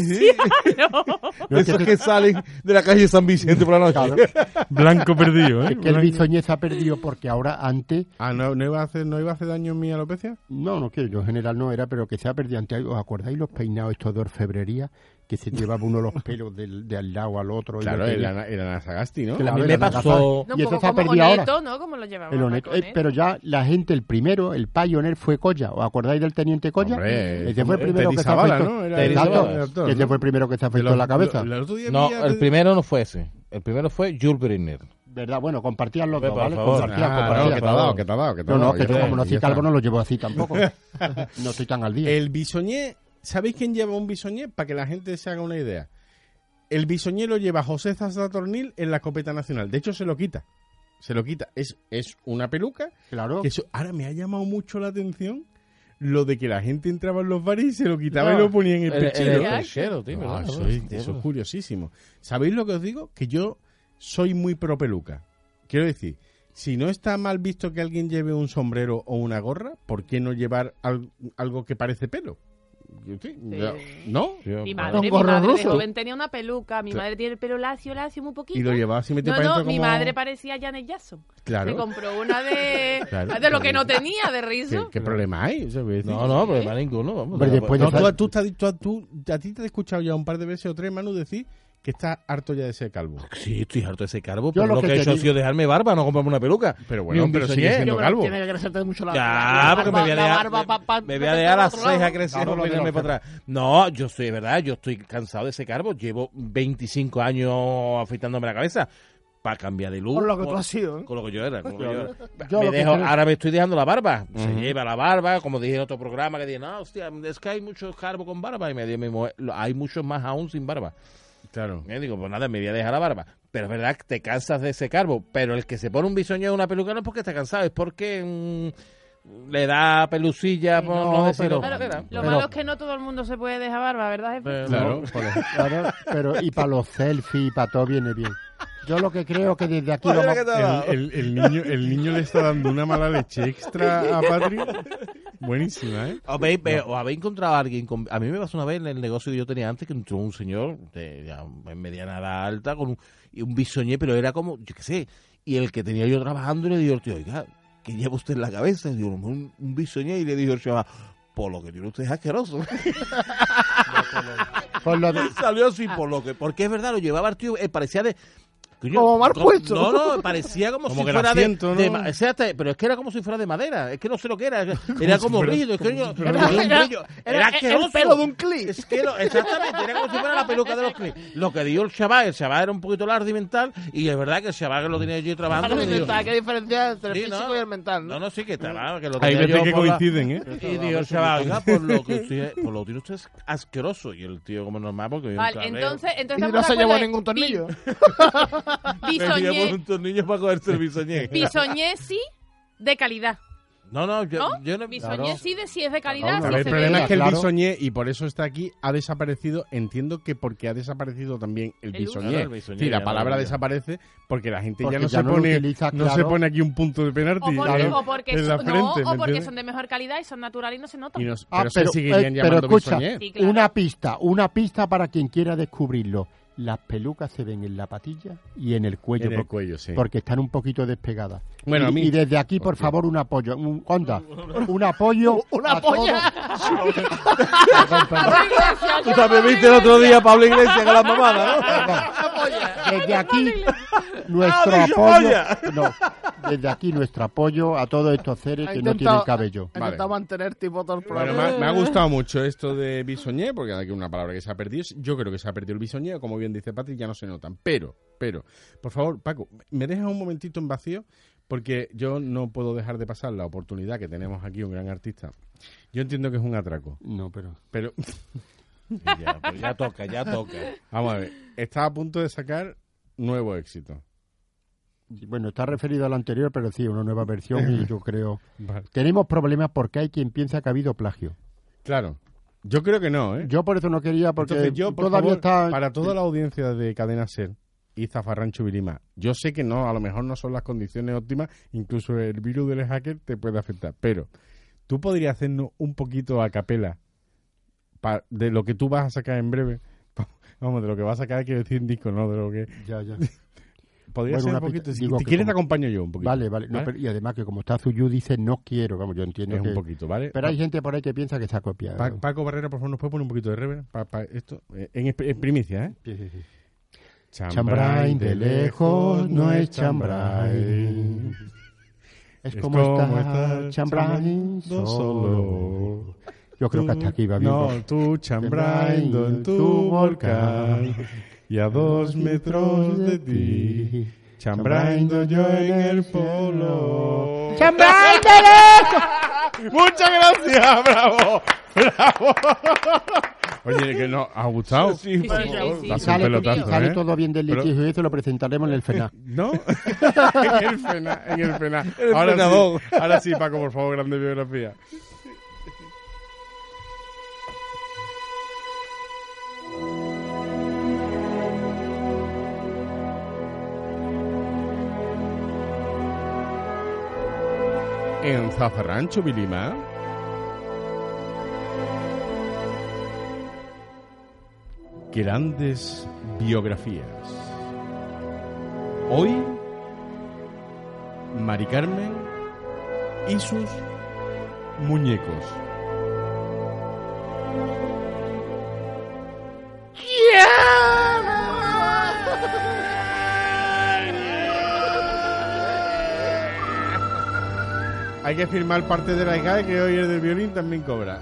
[laughs] salesiano. pues, Esos que salen de la calle San Vicente por la noche. [laughs] Blanco perdido, ¿eh? Que el bisoñez se ha perdido porque ahora antes, Ah, ¿no, no iba a hacer, ¿no iba a Pues hacer daño mi alopecia? no, no que yo en general no era, pero que se ha perdido antes. ¿Os acordáis los peinados estos de orfebrería? Que se llevaba uno los pelos del, de al lado al otro. y Claro, lo el, tenía- ana- el Anasagasti, ¿no? Claro, A mí me era la pasó- gafa. No, y un eso poco se ha como perdido ahora. Oneto, ¿no? Como lo llevaba El honesto. Eh, pero ya la gente, el primero, el pioneer fue Colla. ¿Os acordáis del teniente Colla? Hombre, eh, ese fue el Teddy primero que se Zavala, afectó. ¿no? Era Exacto. Teddy Zavala, el actor, Ese ¿no? Este fue el primero que se afectó la cabeza. El otro día No, vi a- el primero no fue ese. El primero fue Jules Briner. ¿Verdad? Bueno, compartían los Hombre, dos, por ¿vale? favor. Compartían, Ah, compartían. no, que te ha dado, que te ha dado, que te ha No, no, dado, que ya yo está, como no ya soy está. calvo no lo llevo [laughs] así tampoco. No estoy tan al día. El bisoñé, ¿sabéis quién lleva un bisoñé? Para que la gente se haga una idea. El bisoñé lo lleva José Zaza Tornil en la escopeta nacional. De hecho, se lo quita. Se lo quita. Es, es una peluca. claro. Que eso- ahora me ha llamado mucho la atención lo de que la gente entraba en los bares y se lo quitaba y lo ponía en el pechero. Eh, pechero, tío. Ah, ¿verdad? eso, es, eso es curiosísimo. ¿Sabéis lo que os digo? Que yo soy muy pro peluca. Quiero decir, si no está mal visto que alguien lleve un sombrero o una gorra, ¿por qué no llevar al- algo que parece pelo? Yo sí, ya- ¿No? Mi Yo- madre, mi gorro madre de ruso. joven tenía una peluca, mi Claro. madre tiene el pelo lacio, lacio, muy poquito. Y lo llevaba así metido no, para no, adentro mi como- madre parecía Janet Jackson. Se Claro. compró una de, Claro. de lo que no tenía, de ¿Qué, rizo. qué problema hay? O sea, voy a decir- No, no, problema ninguno. Vamos, pues. Hombre, después No, de- tú, tú, estás- tú- tú- a ti te he escuchado ya un par de veces o tres, Manu, decir que estás harto ya de ser calvo. Sí, estoy harto de ese carbo, Yo pero lo lo que que he te hecho ha digo- sido dejarme barba, no comprarme una peluca. Pero Ni bueno, un pero bisoñé. sigue siendo Yo creo que calvo. Tiene que crecerte mucho la, Ya, la porque barba- me voy a la dejar, barba pa- pa- me voy a pa- dejar pa- las otro lado. cejas creciendo Claro, para lo de irme los para atrás. No, yo soy, de verdad, yo estoy cansado de ese carbo. Llevo 25 años afeitándome la cabeza. para cambiar de luz. Por lo que tú has sido, ¿eh? Con lo que yo era. con lo que yo era. Yo Me lo que dejo- creo- ahora me estoy dejando la barba. Se lleva la barba, como dije en otro programa que dije, no, hostia, es que hay muchos carbos con barba. Y me dio mi mujer, "Lo- hay muchos más aún sin barba. Claro. Y digo, pues nada, me voy a dejar la barba. Pero es verdad que te cansas de ese carbo. Pero el que se pone un bisoño en una peluca no es porque está cansado, es porque mm, le da pelucilla, por no, no, decirlo. pero- Era. Lo Pero- malo es que no todo el mundo se puede dejar barba, ¿verdad, jefe? Pero- Claro. por ejemplo. Claro, pero y para los selfies y para todo viene bien. Yo lo que creo que desde aquí vamos- El, el- el niño, el niño le está dando una mala leche extra a Patrick. Buenísima, ¿eh? ¿Os habéis, ve- os habéis encontrado a alguien? con- a mí me pasó una vez en el negocio que yo tenía antes que entró un señor de ya mediana edad alta con un, y un bisoñé, pero era como, yo qué sé. Y el que tenía yo trabajando le dijo, tío, oiga, ¿qué lleva usted en la cabeza? Y digo, un, un bisoñé. Y le dijo el chaval, por lo que tiene usted es asqueroso. [laughs] por pues lo de- Salió así por lo que. Porque es verdad, lo llevaba el tío, eh, parecía de. coño, Como mal como- puesto. No, no, parecía como, Como si que lo fuera de- asiento, de. ¿no? ma- o sea, hasta- pero es que era como si fuera de madera. Es que no sé lo que era. Era como fuera- rígido. Es que yo- fuera de- era, un brillo, era- era el asqueroso. pelo de un clip. Es que lo- exactamente, era como si fuera la peluca de los clips. Lo que dio el chaval, el chaval era un poquito largo y mental. Y es verdad que el chaval que lo tenía yo trabajando. Ahora le digo, mental, hay que diferenciar entre el Sí, físico y el mental, ¿no? No, no, sí, que estaba. Que lo Hay tenía veces yo que por la- coinciden, ¿eh? y digo, el chaval, oiga, por lo que usted, por lo que tiene usted es asqueroso. Y el tío, como normal, porque yo Vale, nunca veo. entonces, entonces Y estamos no de se acuerdo llevó de ningún tornillo. bi- [laughs] bisoñé- Me por un tornillo para cogerse el bisoñé. bisoñé sí de calidad. No, no, yo ¿No? yo no. Bisoñé Claro. sí de si es de calidad. Claro, A si ver, el se problema ve es que el Claro. bisoñé, y por eso está aquí, ha desaparecido. Entiendo que porque ha desaparecido también el El uso. bisoñé. Claro, el bisoñé Sí, ya la no palabra lo usa. desaparece porque la gente ya Porque no, ya se, no lo pone, utiliza, no se claro. pone aquí un punto de penalti o, por- en, o porque, en la son- frente. no, ¿me o porque entiendes? son de mejor calidad y son naturales y no se notan. Y nos- Ah, pero, se seguirían eh, llamando pero escucha, bisoñé. Sí, claro. una pista, una pista para quien quiera descubrirlo. Las pelucas se ven en la patilla y en el cuello, En el porque, cuello, sí. porque están un poquito despegadas. Bueno, y, a mí- y desde aquí, por favor, un apoyo, un onda, un [laughs] apoyo, Una a todos. polla. Perdón, perdón. Tú también viste el otro día Pablo Iglesias con la [laughs] mamada, ¿no? Desde aquí, nuestro Ah, dicho apoyo. polla. No, desde aquí, nuestro apoyo a todos estos seres Ha que no tienen intentado- cabello. Ha Vale. intentado mantener tipo todo el Bueno, programa. me ha, me ha gustado mucho esto de bisoñé, porque aquí una palabra que se ha perdido. Yo creo que se ha perdido el bisoñé, como bien dice Patrick, ya no se notan. Pero, pero, por favor, Paco, me dejas un momentito en vacío, porque yo no puedo dejar de pasar la oportunidad que tenemos aquí, un gran artista. Yo entiendo que es un atraco, No, pero. pero Ya, pues ya toca, ya toca. vamos a ver, está a punto de sacar nuevo éxito. Bueno, está referido al anterior, pero sí, una nueva versión [laughs] y yo creo. Vale. Tenemos problemas porque hay quien piensa que ha habido plagio. Claro, yo creo que no, ¿eh? Yo por eso no quería, porque Entonces yo, por todavía favor, está. para toda la audiencia de Cadena Ser y Zafarrancho Vilima, yo sé que no, a lo mejor no son las condiciones óptimas, incluso el virus del hacker te puede afectar, pero tú podrías hacernos un poquito a capela pa- de lo que tú vas a sacar en breve. [laughs] Vamos, de lo que vas a sacar, quiero decir en disco, no, de lo que... Ya, ya. Podría Bueno, ser una un poquito... pista- Si digo te que quieres te como- acompaño yo un poquito. Vale, vale. No, pero- y además que como está Zuyu, dice no quiero. Vamos, yo entiendo ¿Eh? Es que. un poquito, ¿vale? Pero hay gente por ahí que piensa que se ha copiado. Pa- Paco Barrera, por favor, ¿nos puede poner un poquito de reverb? Pa- pa- esto, eh, en, esp- en primicia, ¿eh? Sí, sí, sí. Chambrain Chambrain de lejos no es chambrain. Es como, está chambrain chambrando solo. Yo creo que hasta aquí va bien. No, tú chambrando en tu volcán y a dos metros de ti. Chambrando yo en el polo. ¡Muchas gracias! [laughs] ¡Bravo! ¡Bravo! Oye, que no, ¿ha gustado? Sí, sí, por favor. sí. Y Y Das un sale, pelotazo, y sale ¿eh? todo bien del Pero- litigio y eso lo presentaremos en el FENA. ¿No? [laughs] en el pena, en el pena. Ahora sí, ahora sí, Paco, por favor, grande biografía. En Zafarrancho, Vilima. Grandes biografías. Hoy, Mari Carmen y sus muñecos. Hay que firmar parte de la IGAE que hoy el del violín también cobra.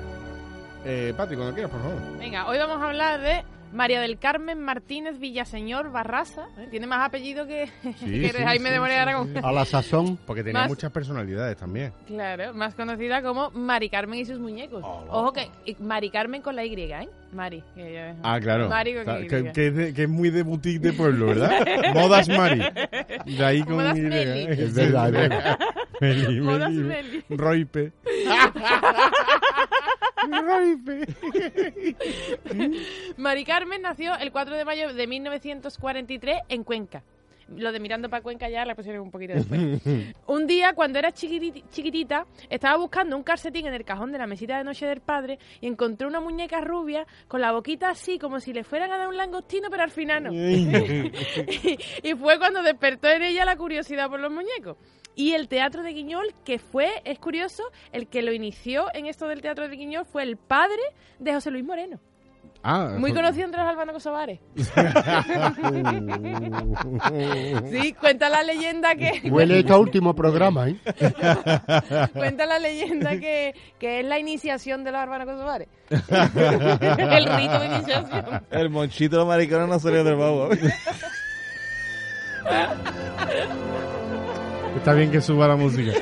Eh, Patrick, cuando quieras, por favor. Venga, hoy vamos a hablar de María del Carmen Martínez Villaseñor Barraza. ¿eh? Tiene más apellido que, [laughs] Sí, que sí, Jaime sí, de Moreno sí, Aragón. sí. A la sazón, Porque tenía Más- muchas personalidades también. Claro, más conocida como Mari Carmen y sus muñecos. Hola. Ojo que y Mari Carmen con la Y, ¿eh? Mari. que ya es- Ah, claro. Mari con Ta- Y. que, que es de- que es muy de boutique de pueblo, [laughs] ¿verdad? Modas Mari. Y de ahí con ¿eh? Modas Y. Meli. Es verdad, es verdad. Meli, Modas Meli. Meli. [laughs] Roipe. Roipe. Mari Carmen nació el 4 de mayo de 1943 en Cuenca. Lo de mirando para Cuenca ya la pusieron un poquito después. un día, cuando era chiquiti- chiquitita, estaba buscando un calcetín en el cajón de la mesita de noche del padre y encontró una muñeca rubia con la boquita así, como si le fueran a dar un langostino, pero al final no. y, [laughs] y fue cuando despertó en ella la curiosidad por los muñecos. Y el teatro de Guiñol, que fue, es curioso, el que lo inició en esto del teatro de Guiñol fue el padre de José Luis Moreno. Ah, Muy jo- conocido entre los albanos Sobares. Sí, cuenta la leyenda que Huele esto a último programa, ¿eh? cuenta la leyenda que, que es la iniciación de los albanos Sobares. El rito de iniciación. El monchito maricano no salió del babo. Está bien que suba la música.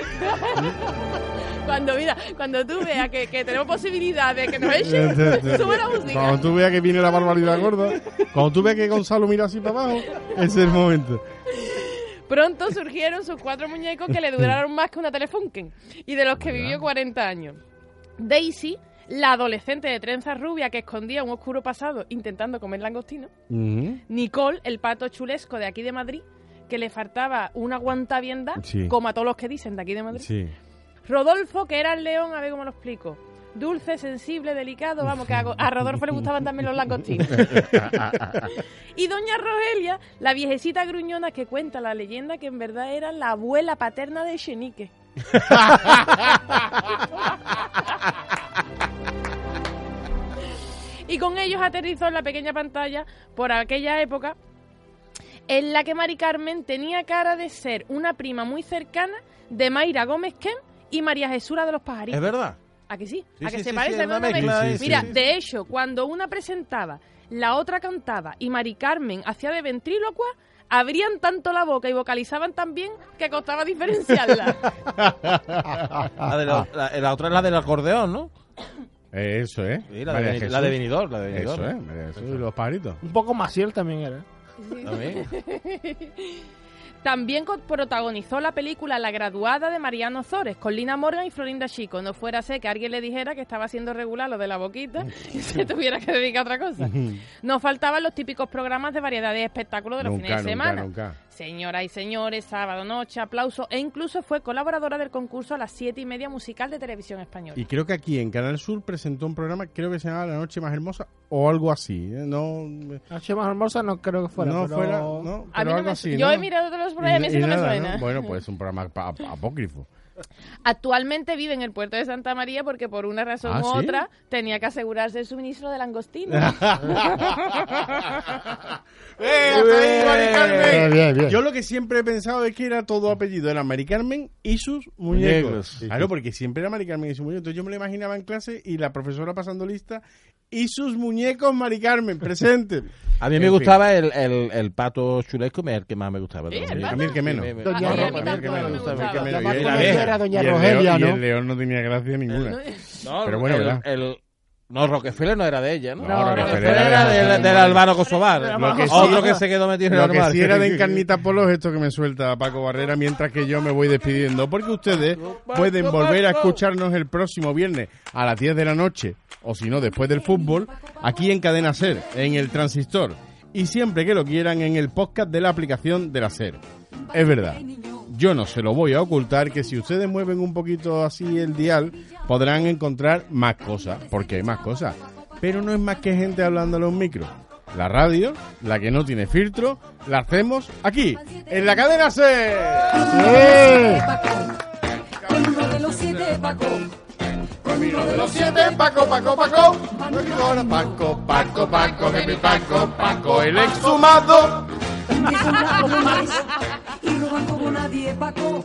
Cuando mira, cuando tú veas que, que tenemos posibilidad de que nos [laughs] echen, sube la Cuando música. tú veas que viene la barbaridad gorda, cuando tú veas que Gonzalo mira así para abajo, ese es el momento. Pronto surgieron sus cuatro muñecos que le duraron más que una Telefunken y de los que vivió 40 años. Daisy, la adolescente de trenza rubia que escondía un oscuro pasado intentando comer langostino. Ujú. Nicole, el pato chulesco de aquí de Madrid, que le faltaba una guantavienda, Sí. como a todos los que dicen de aquí de Madrid. Sí. Rodolfo, que era el león, a ver cómo lo explico. Dulce, sensible, delicado, vamos, que a, Go- a Rodolfo le gustaban también los langostinos. y doña Rogelia, la viejecita gruñona que cuenta la leyenda que en verdad era la abuela paterna de Chenique. y con ellos aterrizó en la pequeña pantalla por aquella época en la que Mari Carmen tenía cara de ser una prima muy cercana de Mayra Gómez Kem y María Jesura de los Pajaritos. ¿Es verdad? ¿A que sí? Sí, ¿A que sí, sí, se sí, parecen? es una ¿No? ¿No ves? mezcla, Sí, sí, Mira, sí. de hecho, cuando una presentaba, la otra cantaba y Mari Carmen hacía de ventrílocua, abrían tanto la boca y vocalizaban tan bien que [laughs] costaba diferenciarla. La, Ah, de la, la- la otra es la del acordeón, ¿no? Eh, Eso, ¿eh? Sí, la, María de, Vini- Jesús. la de Vinidor, la de Vinidor. Eso, ¿eh? María Jesús y los pajaritos. Un poco Maciel también era. También. También co- protagonizó la película La graduada de Mariano Zores con Lina Morgan y Florinda Chico. No fuera a ser que alguien le dijera que estaba haciendo regular lo de la [laughs] boquita y se tuviera que dedicar a otra cosa. Nos faltaban los típicos programas de variedades y espectáculos de los fines de semana. nunca. Señoras y señores, sábado noche, aplauso e incluso fue colaboradora del concurso a las siete y media musical de televisión española. Y creo que aquí en Canal Sur presentó un programa, creo que se llamaba La Noche Más Hermosa o algo así. ¿eh? No, Noche más hermosa no creo que fuera. no pero- fuera, no, A mí pero no algo me- así. yo ¿no? he mirado todos los programas y a mí y eso no me nada, suena. ¿no? Bueno, pues es un programa pa- pa- apócrifo. Actualmente vive en el puerto de Santa María porque por una razón Ah, u ¿sí? otra tenía que asegurarse el suministro de langostino. [laughs] ¡Eh, hasta ahí, Mari Carmen! Bien, bien, bien. Yo lo que siempre he pensado es que era todo apellido, era Mari Carmen y sus Muñecos, muñecos. sí, Claro, porque siempre era Mari Carmen y sus muñecos. Entonces yo me lo imaginaba en clase y la profesora pasando lista y sus muñecos Mari Carmen, presente. A mí En me fin. gustaba el, el, el pato chulesco, el que más me gustaba. Sí, el A mí el que menos. Sí, me- Doña Ah, Rosa, [laughs] a mí el que a mí tampoco menos. me me gustaba. gustaba. El pues, que menos. La más Y conocida vieja. era Doña Y el Rogelia, león- y ¿no? el león no tenía gracia ninguna. No, Pero bueno, el- ¿verdad? el- no, Rockefeller no era de ella, ¿no? No, No, Rockefeller Rockefeller era era de- del, del Albano Kosovar. Del Albano Otro Kosovar. que se quedó metido en el Lo que armario. sí [laughs] era de encarnita polo es esto que me suelta Paco Barrera mientras que yo me voy despidiendo, porque ustedes pueden volver a escucharnos el próximo viernes a las 10 de la noche, o si no, después del fútbol, aquí en Cadena Ser, en el Transistor, y siempre que lo quieran en el podcast de la aplicación de la Ser. Es verdad. Yo no se lo voy a ocultar que si ustedes mueven un poquito así el dial, podrán encontrar más cosas, porque hay más cosas. Pero no es más que gente hablándole a un micro. La radio, la que no tiene filtro, la hacemos aquí, en la cadena C. Camino de los siete, Paco, Paco, Paco. Paco, Paco, Paco, que mi Paco, Paco, el exhumado. que son más como nadie y roban como nadie Paco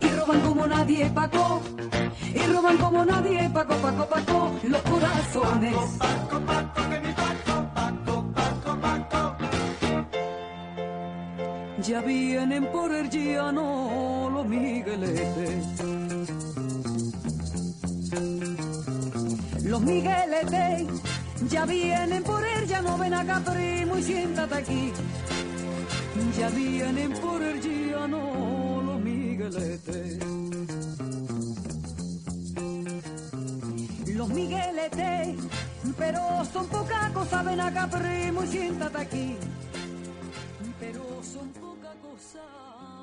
y roban como nadie Paco y roban como nadie Paco Paco Paco los corazones Paco Paco Paco Paco Ya vienen por el llano los migueletes. Los migueletes ya vienen por el llano. Ven acá, primo, y siéntate aquí. Ya vienen por el llano los migueletes. Los migueletes, pero son poca cosa. Ven acá, primo, y siéntate aquí. Pero son poca cosa.